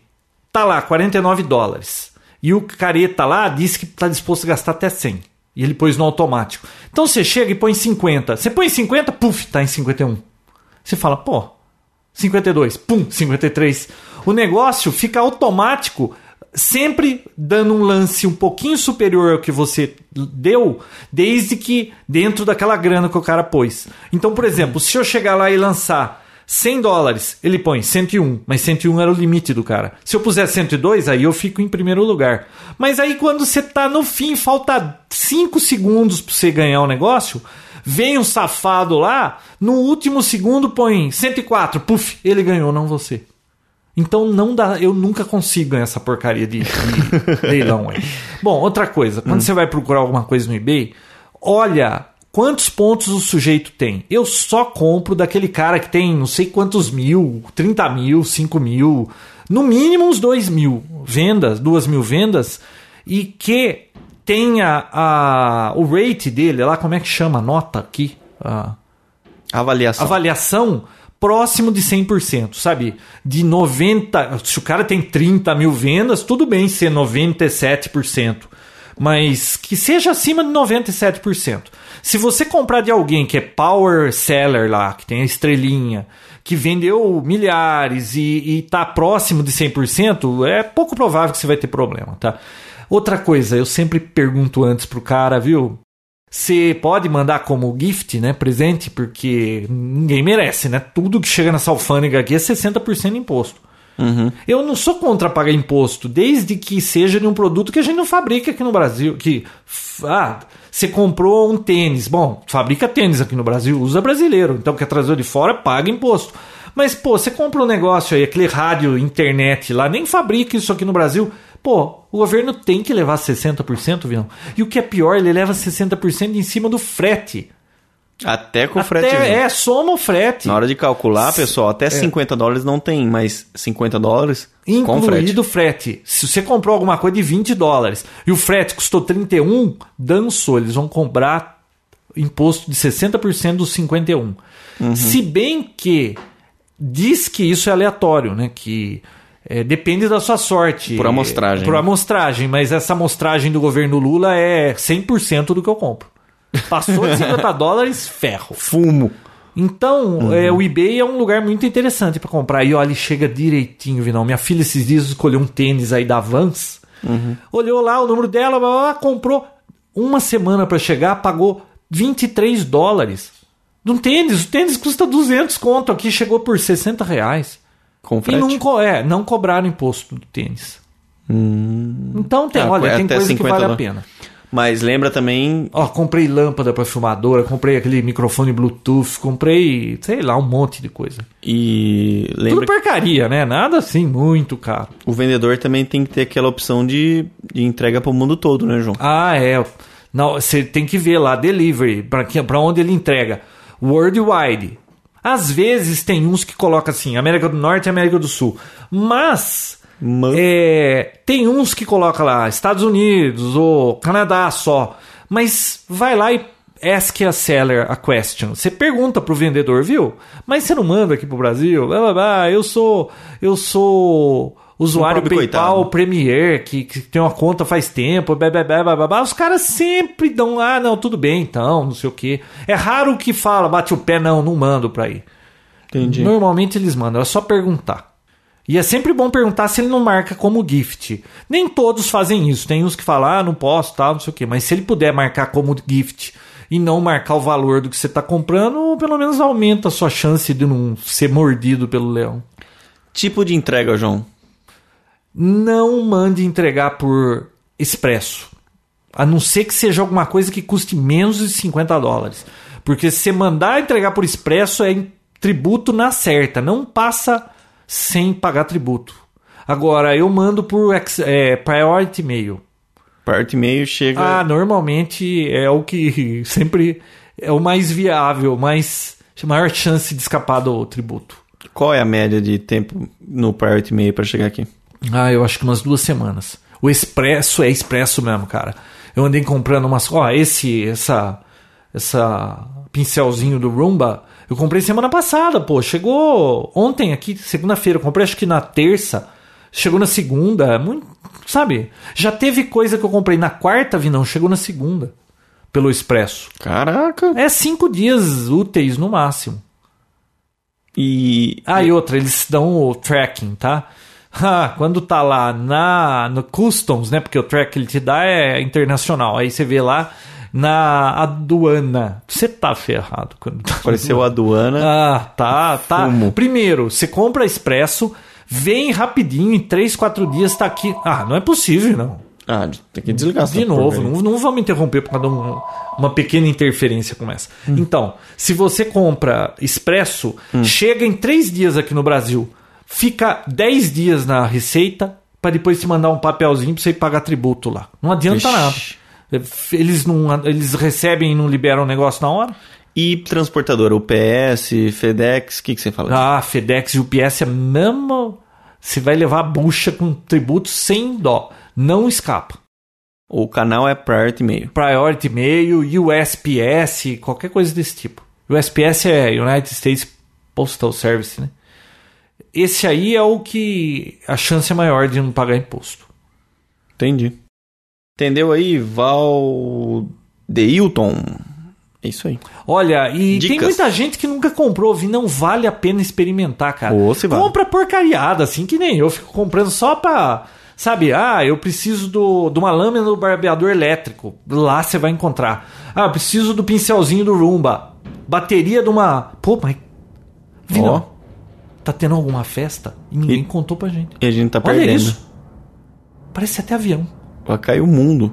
tá lá, 49 dólares. E o careta lá disse que tá disposto a gastar até 100. E ele pôs no automático. Então você chega e põe 50. Você põe 50, puf, tá em 51. Você fala, pô, 52, pum, 53. O negócio fica automático, sempre dando um lance um pouquinho superior ao que você deu, desde que dentro daquela grana que o cara pôs. Então, por exemplo, se eu chegar lá e lançar 100 dólares, ele põe 101, mas 101 era o limite do cara. Se eu puser 102, aí eu fico em primeiro lugar. Mas aí quando você tá no fim, falta 5 segundos pra você ganhar o negócio, Vem um safado lá, no último segundo põe 104, puf, ele ganhou, não você. Então não dá, eu nunca consigo ganhar essa porcaria de, de leilão aí. Bom, outra coisa, quando você vai procurar alguma coisa no eBay, olha quantos pontos o sujeito tem. Eu só compro daquele cara que tem não sei quantos mil, 30 mil, 5 mil, no mínimo uns 2 mil vendas, 2 mil vendas, e que tenha a, o rate dele, lá como é que chama a nota aqui? Ah, Avaliação. avaliação próximo de 100%, sabe? De 90, se o cara tem 30 mil vendas, tudo bem ser 97%, mas que seja acima de 97%. Se você comprar de alguém que é power seller lá, que tem a estrelinha, que vendeu milhares e, e tá próximo de 100%, é pouco provável que você vai ter problema, tá? Outra coisa, eu sempre pergunto antes pro cara, viu? Você pode mandar como gift, né? Presente, porque ninguém merece, né? Tudo que chega nessa alfândega aqui é 60% de imposto. Uhum. Eu não sou contra pagar imposto, desde que seja de um produto que a gente não fabrica aqui no Brasil. Que, f- ah, você comprou um tênis. Bom, fabrica tênis aqui no Brasil, usa brasileiro. Então, quer trazer de fora, paga imposto. Mas, pô, você compra um negócio aí, aquele rádio, internet lá, nem fabrica isso aqui no Brasil. Pô, o governo tem que levar 60%, Vinão. E o que é pior, ele leva 60% em cima do frete. Até com o Até, frete. é, soma o frete. Na hora de calcular, pessoal, é. até 50 dólares não tem, mas 50 dólares com frete. Incluído o frete. Se você comprou alguma coisa de 20 dólares e o frete custou 31, dançou, eles vão cobrar imposto de 60% dos 51. Uhum. Se bem que diz que isso é aleatório, né? Que é, depende da sua sorte. Por amostragem. né? Por amostragem, mas essa amostragem do governo Lula é 100% do que eu compro. Passou de 50 dólares, ferro. Fumo. Então, Uhum. é, o eBay é um lugar muito interessante pra comprar. E olha, ele chega direitinho, Vinão. Minha filha esses dias escolheu um tênis aí da Vans. Uhum. Olhou lá o número dela, blá, blá, blá, comprou uma semana pra chegar, pagou 23 dólares. De um tênis, o tênis custa 200 conto aqui, chegou por 60 reais. Com E frete? não, co- é, não cobraram imposto do tênis. Hum. Então tem, Ah, olha, até tem coisa que 50 vale a dólares. pena. Mas lembra também Ó, comprei lâmpada pra filmadora, comprei aquele microfone Bluetooth, comprei, sei lá, um monte de coisa. e lembra Tudo porcaria, né? Nada assim muito caro. que o vendedor também tem que ter aquela opção de, de entrega pro mundo todo, né, João? Ah, é. Não, você tem que ver lá, delivery, pra que- pra onde ele entrega. Worldwide. Às vezes tem uns que coloca assim, América do Norte e América do Sul. Mas Mas- é, tem uns que coloca lá, Estados Unidos ou Canadá só. Mas vai lá e ask a seller a question. Você pergunta pro vendedor, viu? Mas você não manda aqui pro Brasil? Blá, blá, blá. Eu sou. Eu sou. Usuário pobre PayPal, coitado. Premier, que, que tem uma conta faz tempo, blá, blá, blá, blá, blá, blá. os caras sempre dão, ah, não, tudo bem então, não sei o quê. É raro que fala, bate o pé, não, não mando pra aí. Entendi. Normalmente eles mandam, é só perguntar. E é sempre bom perguntar se ele não marca como gift. Nem todos fazem isso, tem uns que falam, ah, não posso, tal, não sei o quê. Mas se ele puder marcar como gift e não marcar o valor do que você está comprando, pelo menos aumenta a sua chance de não ser mordido pelo leão. Tipo de entrega, João? não mande entregar por expresso. A não ser que seja alguma coisa que custe menos de 50 dólares. Porque se você mandar entregar por expresso é em tributo na certa, não passa sem pagar tributo. Agora, eu mando por ex- é, priority mail. Parte e meio chega. Ah, normalmente é o que sempre é o mais viável, mais maior chance de escapar do tributo. Qual é a média de tempo no Priority Mail para chegar aqui? Ah, eu acho que umas duas semanas. O expresso é expresso mesmo, cara. Eu andei comprando umas. Ó, esse, essa, essa pincelzinho do Roomba, eu comprei semana passada, pô. Chegou ontem aqui, segunda-feira. Eu comprei acho que na terça. Chegou na segunda. é Muito, sabe? Já teve coisa que eu comprei na quarta, vi não. Chegou na segunda. Pelo expresso. Caraca! É cinco dias úteis no máximo. E. Ah, e outra, eles dão o tracking, tá? Ah, quando tá lá na no customs, né? Porque o track que ele te dá é internacional. Aí você vê lá na aduana. Você tá ferrado quando tá. Apareceu a aduana. Ah, tá, tá. Fumo. Primeiro, você compra expresso, vem rapidinho, em 3, 4 dias tá aqui. Ah, não é possível, não. Ah, tem que desligar essa De porra novo, aí. não, não vamos interromper por causa de um- uma pequena interferência como essa. Então, se você compra expresso, chega em três dias aqui no Brasil, fica 10 dias na receita para depois te mandar um papelzinho para você ir pagar tributo lá. Não adianta Vixe. nada. É, Eles, não, eles recebem e não liberam o negócio na hora? E transportadora, UPS, FedEx, o que, que você fala? Ah, FedEx e UPS é mesmo. Você vai levar a bucha com tributo sem dó. Não escapa. O canal é Priority Mail. Priority Mail, USPS, qualquer coisa desse tipo. USPS é United States Postal Service, né? Esse aí é o que a chance é maior de não pagar imposto. Entendi. Entendeu aí, Valdeilton? É isso aí. Olha, e tem Dicas. muita gente que nunca comprou, vi, não vale a pena experimentar, cara. Ô, se vale. Compra porcariada, assim que nem eu, fico comprando só pra. Sabe, ah, eu preciso do, de uma lâmina do barbeador elétrico. Lá você vai encontrar. Ah, eu preciso do pincelzinho do Roomba. Bateria de uma. Pô, mas. Vi, Ó. não. Tá tendo alguma festa e ninguém E- contou pra gente. E a gente tá Olha perdendo. isso. Parece até avião. Vai cair o mundo.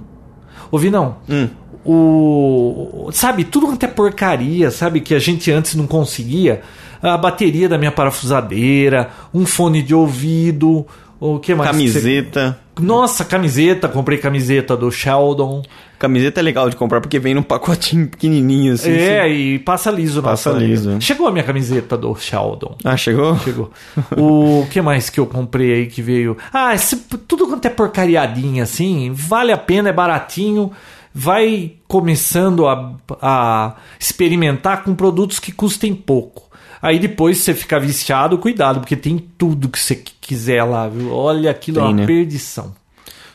Ouvi, não. Hum. o sabe tudo quanto é porcaria sabe que a gente antes não conseguia a bateria da minha parafusadeira um fone de ouvido o que mais Camiseta. que você- nossa camiseta comprei camiseta do Sheldon Camiseta é legal de comprar porque vem num pacotinho pequenininho assim. é assim. e passa liso na Passa sanha. liso. né? chegou a minha camiseta do Sheldon Ah, chegou? Chegou. O que mais que eu comprei aí que veio? Ah, esse- tudo quanto é porcariadinha assim, vale a pena, é baratinho. Vai começando a, a experimentar com produtos que custem pouco. Aí depois você fica viciado, cuidado, porque tem tudo que você qu- quiser lá, viu? Olha aquilo, é Tem, uma né? perdição.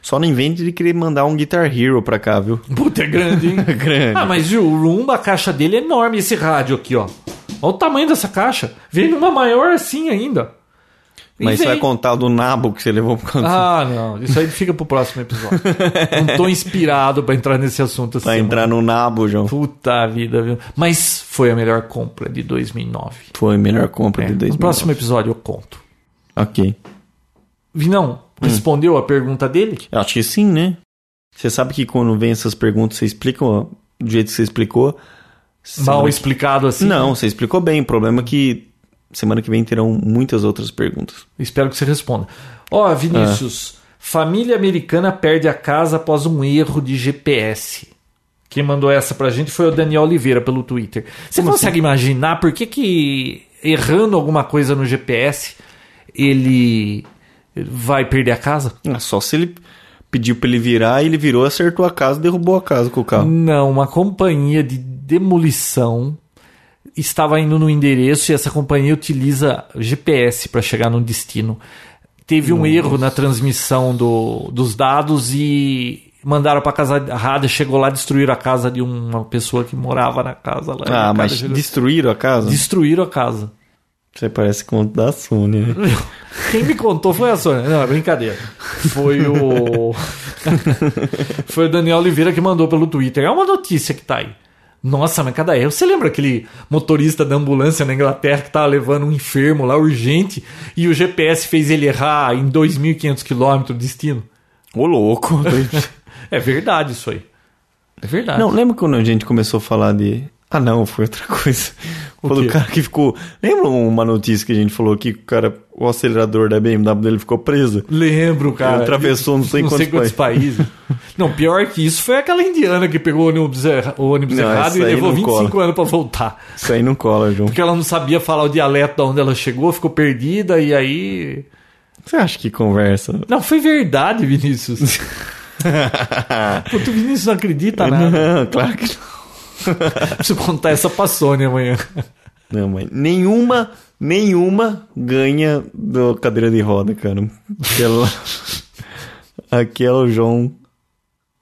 Só não invente de querer mandar um Guitar Hero pra cá, viu? Puta, é grande, hein? Grande. Ah, mas viu, o Roomba, a caixa dele é enorme, esse rádio aqui, ó. Olha o tamanho dessa caixa. Vem numa maior assim ainda. E Mas você vai vem. contar do nabo que você levou por conta. Ah, não. Isso aí fica pro próximo episódio. não tô inspirado pra entrar nesse assunto assim. pra entrar no nabo, João. Puta vida, viu? Mas foi a melhor compra de 2009. Foi a melhor compra É, de 2000. no próximo episódio eu conto. Ok. Vinão, Hum. respondeu a pergunta dele? Eu acho que sim, né? Você sabe que quando vem essas perguntas, você explica ó, do jeito que você explicou. Mal Semana que- explicado assim? Não, você explicou bem. O problema é que semana que vem terão muitas outras perguntas. Espero que você responda. Ó, Vinícius, família americana perde a casa após um erro de GPS. Quem mandou essa pra gente foi o Daniel Oliveira pelo Twitter. Você consegue imaginar por que, que errando alguma coisa no GPS ele vai perder a casa? Ah, só se ele pediu pra ele virar, ele virou, acertou a casa, derrubou a casa com o carro. Não, uma companhia de demolição estava indo no endereço e essa companhia utiliza GPS para chegar no destino. Teve um erro na transmissão do- dos dados e mandaram para casa errada, chegou lá destruíram a casa de uma pessoa que morava na casa lá. E Ah, o cara mas chegou- destruíram a casa? destruíram a casa. Você parece conto da Sony, né? Quem me contou foi a Sônia. Não, é brincadeira. Foi o. foi o Daniel Oliveira que mandou pelo Twitter. É uma notícia que tá aí. Nossa, mas cada erro. Você lembra aquele motorista da ambulância na Inglaterra que tava levando um enfermo lá urgente e o GPS fez ele errar em 2.500 quilômetros do destino? Ô, louco. É verdade isso aí. É verdade. não, lembra quando a gente começou a falar de... Ah, não, foi outra coisa. O Foi do quê? cara que ficou... Lembra uma notícia que a gente falou aqui? que o cara, o acelerador da BMW dele ficou preso? Lembro, cara. Ele atravessou não sei quantos países. Não, pior que isso foi aquela indiana que pegou o ônibus, erra- o ônibus Não, errado essa e aí levou não 25 anos pra voltar. Isso aí não cola, João. Porque ela não sabia falar o dialeto da onde ela chegou, ficou perdida e aí. Você acha que conversa? Não, foi verdade, Vinícius. Puto, o Vinícius não acredita nada. Não, claro que não. Preciso contar essa pra Sônia amanhã. Não, mãe. Nenhuma, nenhuma ganha do cadeira de roda, cara. Aquela, aquela o João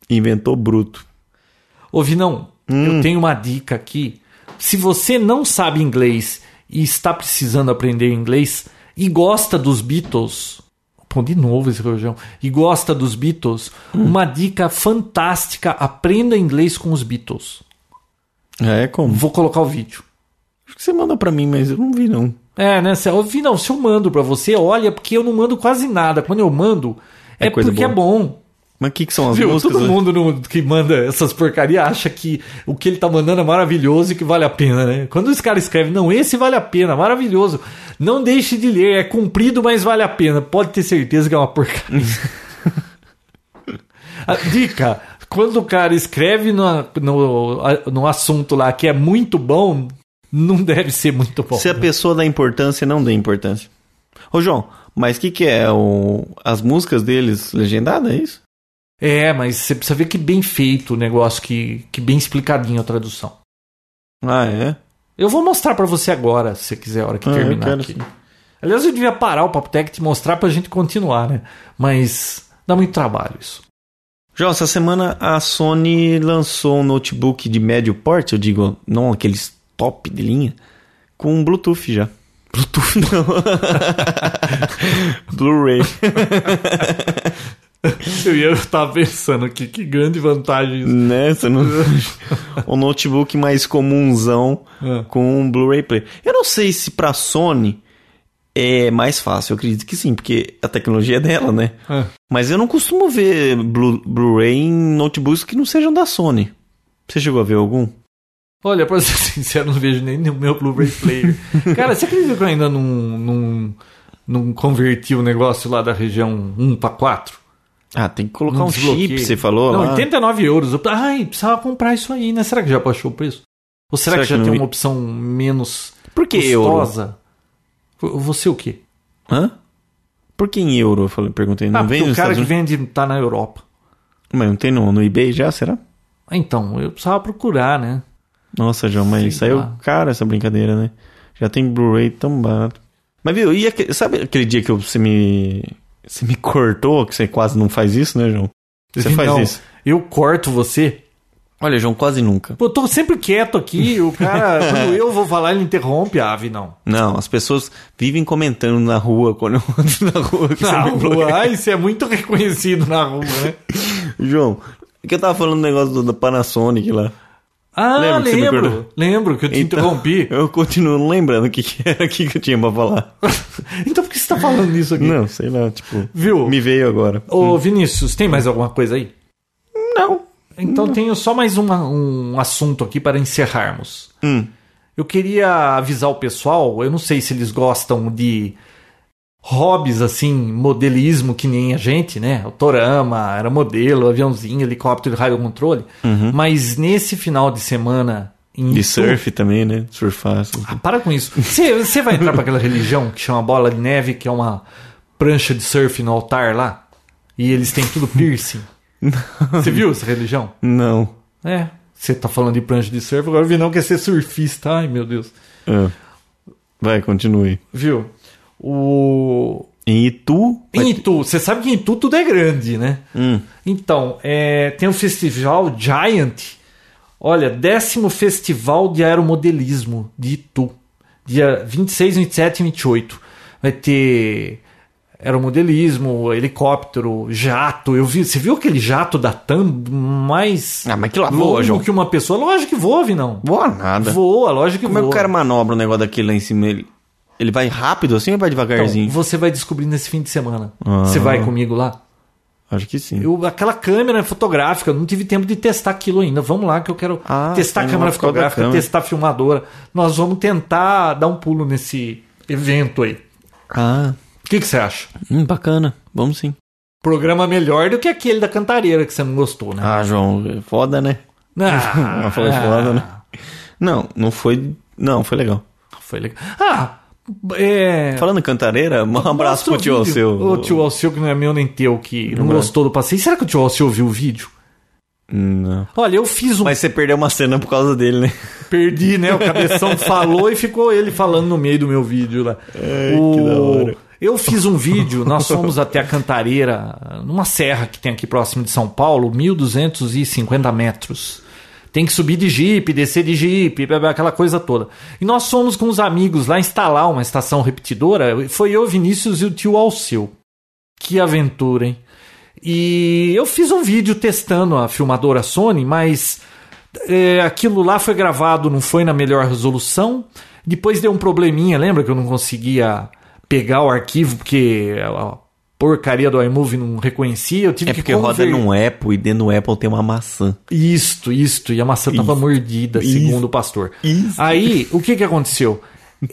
inventou bruto. Ô, Vinão, Hum. eu tenho uma dica aqui. Se você não sabe inglês e está precisando aprender inglês e gosta dos Beatles. Pô, de novo esse rojão. E gosta dos Beatles, Hum. uma dica fantástica: aprenda inglês com os Beatles. Ah, é como? Vou colocar o vídeo. Acho que você mandou pra mim, mas eu não vi, não. É, né? Se, eu, vi, não, se eu mando pra você, olha, porque eu não mando quase nada. Quando eu mando, é, É coisa porque é boa. bom. Mas o que, que são as Viu? músicas? né? Todo hoje? mundo no- que manda essas porcarias acha que o que ele tá mandando é maravilhoso e que vale a pena, né? Quando os caras escrevem, não, esse vale a pena, maravilhoso. Não deixe de ler, é comprido, mas vale a pena. Pode ter certeza que é uma porcaria. A dica, quando o cara escreve no, no, a- no assunto lá que é muito bom, não deve ser muito bom. né? Se a pessoa dá importância, não dá importância. Ô, João, mas o que, que é? O... As músicas deles legendadas, é isso? É, mas você precisa ver que bem feito o negócio, que, que bem explicadinho a tradução. Ah, é? Eu vou mostrar pra você agora, se você quiser, a hora que Ah, eu terminar quero aqui. sim. Aliás, eu devia parar o Papo Tech e te mostrar pra gente continuar, né? Mas dá muito trabalho isso. João, essa semana a Sony lançou um notebook de médio porte, eu digo, não aqueles top de linha, com Bluetooth já. Bluetooth não. Blu-ray. Eu ia estar pensando aqui, que grande vantagem isso. né? Você não... um notebook mais comunzão Ah. com um Blu-ray player. Eu não sei se pra Sony é mais fácil, eu acredito que sim, porque a tecnologia é dela, né? Ah. Mas eu não costumo ver Blu- Blu-ray em notebooks que não sejam da Sony. Você chegou a ver algum? Olha, pra ser sincero, não vejo nem no meu Blu-ray player. Cara, você acredita que eu ainda não, não, não converti o negócio lá da região 1 pra 4? Ah, tem que colocar Não um desbloqueia. chip, você falou Não, lá. 89 euros. Eu, ai, precisava comprar isso aí, né? Será que já baixou o preço? Ou será, Será que já que não tem vi? uma opção menos Por que euro? custosa? Eu... Você o quê? Hã? Por que em euro? Eu falei, perguntei. Não ah, vem porque nos o cara Estados que Unidos? vende tá na Europa. Mas não tem no, no eBay já, será? Ah, Então, eu precisava procurar, né? Nossa, João, mas Sei saiu lá. caro essa brincadeira, né? Já tem Blu-ray tão barato. Mas viu, e aquele- sabe aquele dia que eu- você me... Você me cortou, que você quase não faz isso, né, João? Você faz Não, isso. Eu corto você. Olha, João, quase nunca. Pô, eu tô sempre quieto aqui. O cara, quando eu vou falar, ele interrompe a ave, não. Não, as pessoas vivem comentando na rua quando eu ando na rua. que você Na me bloqueia. rua. Ai, você Ah, é muito reconhecido na rua, né? João, que eu tava falando do negócio do- da Panasonic lá. Ah, Lembra que você me lembro. cortou? lembro que eu te Então, interrompi. Eu continuo não lembrando o que, que era aqui que eu tinha pra falar. Então por que você tá falando nisso aqui? Não, sei lá, tipo. Viu? Me veio agora. Ô, Vinícius, tem mais alguma coisa aí? Não. Então Hum. tenho só mais uma- um assunto aqui para encerrarmos. Hum. Eu queria avisar o pessoal, eu não sei se eles gostam de hobbies assim, modelismo que nem a gente, né? O Torama era modelo, aviãozinho, helicóptero, raio controle. Mas nesse final de semana em Uhum. De Itu- surf também, né? Surfar. assim. Ah, para com isso. Você você vai entrar para aquela religião que chama bola de neve, que é uma prancha de surf no altar lá? E eles têm tudo piercing. Você viu essa religião? Não. É. Você tá falando de prancha de surf, agora o Vinão quer é ser surfista. Ai, meu Deus. Ah. Vai, continue. Viu? O. Em Itu. vai- Em Itu, você sabe que em Itu tudo é grande, né? Hum. Então, é, tem o festival Giant. Olha, décimo festival de aeromodelismo de Itu. Dia 26, 27 e 28. Vai ter aeromodelismo, helicóptero, jato. Eu vi, você viu aquele jato da TAM mais Ah, mas que lá voa, longo João. que uma pessoa? Lógico que voa, não. Voa nada. Voa, lógico Né? que Como é voa. que o cara manobra um negócio daquele lá em cima? Ele, ele vai rápido assim ou vai devagarzinho? então, você vai descobrir nesse fim de semana. Ah. Você vai comigo lá? Acho que sim. Eu, aquela câmera fotográfica, eu não tive tempo de testar aquilo ainda. Vamos lá que eu quero Ah, testar a tem câmera uma foto da fotográfica, câmera. testar a filmadora. Nós vamos tentar dar um pulo nesse evento aí. Ah, O que que você acha? hum, bacana. Vamos sim. Programa melhor do que aquele da cantareira que você não gostou, né? Ah, João, é foda, né? Ah, falou foda, né? Não, não foi. Não, foi legal. Foi legal. Ah, é... Falando em cantareira, um abraço Mostra pro tio o vídeo. Alceu. O tio Alceu, que não é meu nem teu, que não Não é. gostou do passeio. Será que o tio Alceu viu o vídeo? Não. Olha, eu fiz um. Mas você perdeu uma cena por causa dele, né? Perdi, né? O cabeção falou e ficou ele falando no meio do meu vídeo lá. O- que da hora. Eu fiz um vídeo, nós fomos até a Cantareira, numa serra que tem aqui próximo de São Paulo, 1250 metros. Tem que subir de jipe, descer de jipe, blá, blá, aquela coisa toda. E nós fomos com os amigos lá instalar uma estação repetidora. Foi eu, Vinícius e o tio Alceu. Que aventura, hein? E eu fiz um vídeo testando a filmadora Sony, mas é, aquilo lá foi gravado, não foi na melhor resolução. Depois deu um probleminha, lembra que eu não conseguia pegar o arquivo porque a porcaria do iMovie não reconhecia. Eu tive É que porque roda conver- num Apple e dentro do Apple tem uma maçã. Isto, isto. E a maçã estava Isto, mordida, isto, segundo o pastor. isto. Aí, o que, que aconteceu?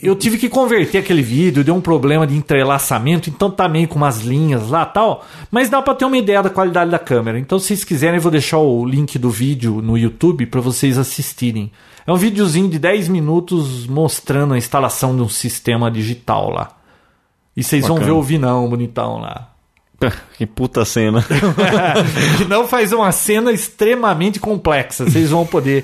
Eu tive que converter aquele vídeo, deu um problema de entrelaçamento, então tá meio com umas linhas lá tal, mas dá pra ter uma ideia da qualidade da câmera. Então, se vocês quiserem, eu vou deixar o link do vídeo no YouTube pra vocês assistirem. É um videozinho de 10 minutos mostrando a instalação de um sistema digital lá. E vocês vão Bacana. ver o Vinão bonitão lá. que puta cena. que não faz uma cena extremamente complexa. Vocês vão poder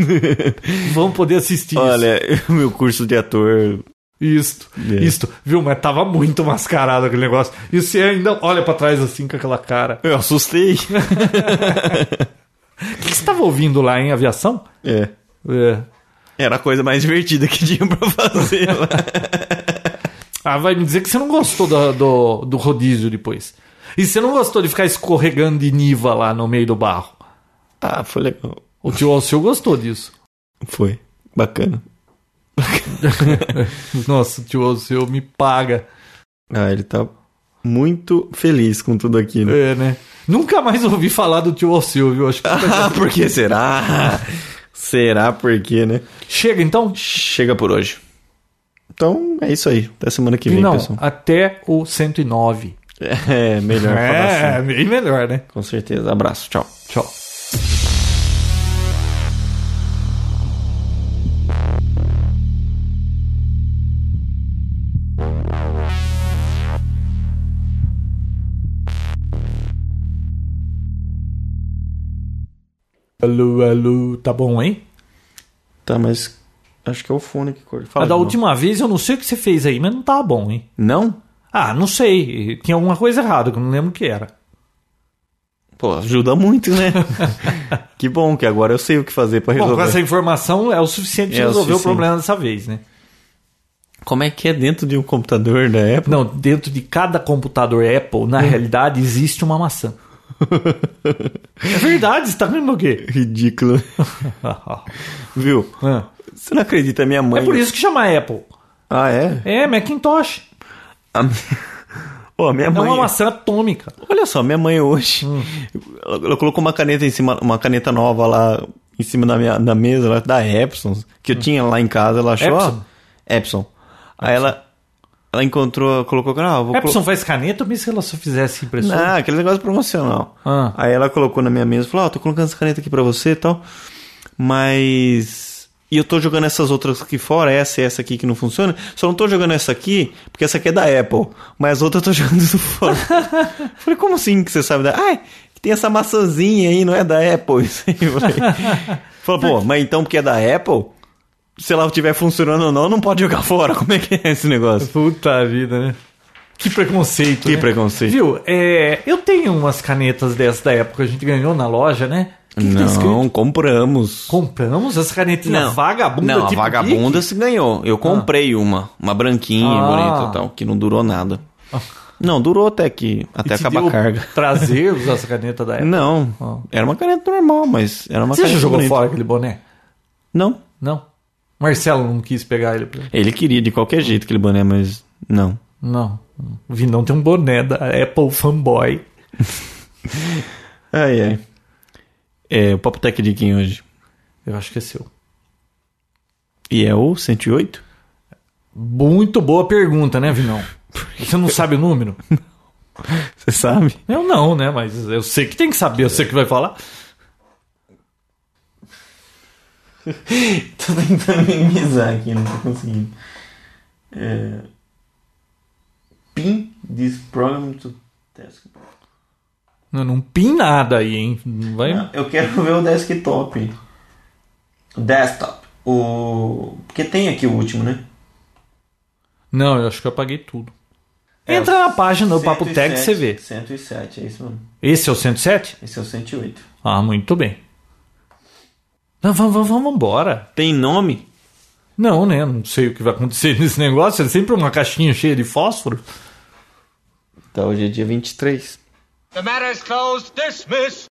vão poder assistir Olha, o meu curso de ator. isso. Isto, É. isto, viu? Mas tava muito mascarado aquele negócio. E você ainda olha pra trás assim com aquela cara. Eu assustei. O que que você tava ouvindo lá em aviação? É. É. Era a coisa mais divertida que tinha pra fazer lá. Ah, vai me dizer que você não gostou do, do, do rodízio depois. E você não gostou de ficar escorregando de niva lá no meio do barro. Ah, foi legal. O tio Alceu gostou disso. Foi. Bacana. Nossa, o tio Alceu me paga. Ah, ele tá muito feliz com tudo aquilo. É, né? Nunca mais ouvi falar do tio Alceu, viu? Acho que Ah, por que será? Será por quê, né? Chega então? Chega por hoje. Então é isso aí. Até semana que vem, não, pessoal. até o 109. É, melhor falar assim. bem melhor, né? Com certeza. Abraço. Tchau. Tchau. Alô, alô, tá bom, hein? Tá, mas acho que é o fone que corta. Fala A Ah, da de novo. última vez eu não sei o que você fez aí, mas não tá bom, hein? Não? Ah, não sei. Tinha alguma coisa errada que eu não lembro o que era. Pô, ajuda muito, né? que bom que agora eu sei o que fazer pra Bom, resolver. com essa informação é o suficiente pra É o resolver o, suficiente. problema dessa vez, né? Como é que é dentro de um computador da Apple? Não, dentro de cada computador Apple, Hum. na realidade, existe uma maçã. é verdade, você tá vendo o quê? Ah. Ridículo. Viu? Você não acredita, minha Ah, é mãe. por isso que chama Apple. Ah, é? É, Macintosh. A, Ó, minha É mãe. uma Hum. maçã atômica. Olha só, minha mãe hoje. Ela ela colocou uma caneta em cima, uma caneta nova lá em cima da minha da mesa, lá, da Epson, que eu tinha lá em casa, ela achou. Hum. Epson? ó, Epson. Aí ela ela encontrou, colocou, ah, eu vou Epson faz caneta, eu pensei que ela só fizesse impressora. Ah, aquele negócio promocional. Ah. Aí ela colocou na minha mesa e falou: Ó, tô colocando essa caneta aqui pra você e tal. Mas. E eu tô jogando essas outras aqui fora, essa e essa aqui que não funciona. Só não tô jogando essa aqui, porque essa aqui é da Apple. Mas outra eu tô jogando isso fora. falei, como assim que você sabe da. Ah, tem essa maçãzinha aí, não é da Apple. Isso aí, eu falei. Falei, pô, mas então porque é da Apple? Se ela estiver funcionando ou não, não pode jogar fora. Como é que é esse negócio? Puta vida, né? Que preconceito. Que né? preconceito. Viu? É, eu tenho umas canetas dessas da época que a gente ganhou na loja, né? O que que tá escrito? não, compramos. Compramos as canetinhas vagabunda Não, a tipo vagabunda se ganhou. Eu comprei uma. Uma branquinha, Ah. bonita e tal, que não durou nada. Não, durou até que. geek? Até E te acabar a deu carga. Traseiros as canetas da época. Não. Ah. Era uma caneta normal, mas era uma Você já caneta. jogou bonita. fora aquele boné? Não. Não. Marcelo não quis pegar ele pra Ele queria de qualquer jeito aquele boné, mas. Não. Não. O Vinão tem um boné da Apple Fanboy. Ai, ai. É o Papo Tech de quem hoje? Eu acho que é seu. E é o 108? Muito boa pergunta, né, Vinão? Você não sabe o número? Você sabe? Eu não, né? Mas eu sei que tem que saber, eu sei que vai falar. Tô tentando minimizar aqui, não tô conseguindo. É... Pin this program to task. Não, não pin nada aí, hein? Não vai. Eu quero ver o desktop. O desktop. O. Porque tem aqui o último, né? Não, eu acho que eu apaguei tudo. É, Entra na página do Papo Tech e você vê. 107, é isso mesmo. Esse é o 107? Esse é o 108. Ah, muito bem. Não, vamos, vamos, vamos embora. Tem nome? Não, né? Não sei o que vai acontecer nesse negócio. É sempre uma caixinha cheia de fósforo. Tá, hoje é dia 23. The matter is closed. Dismiss.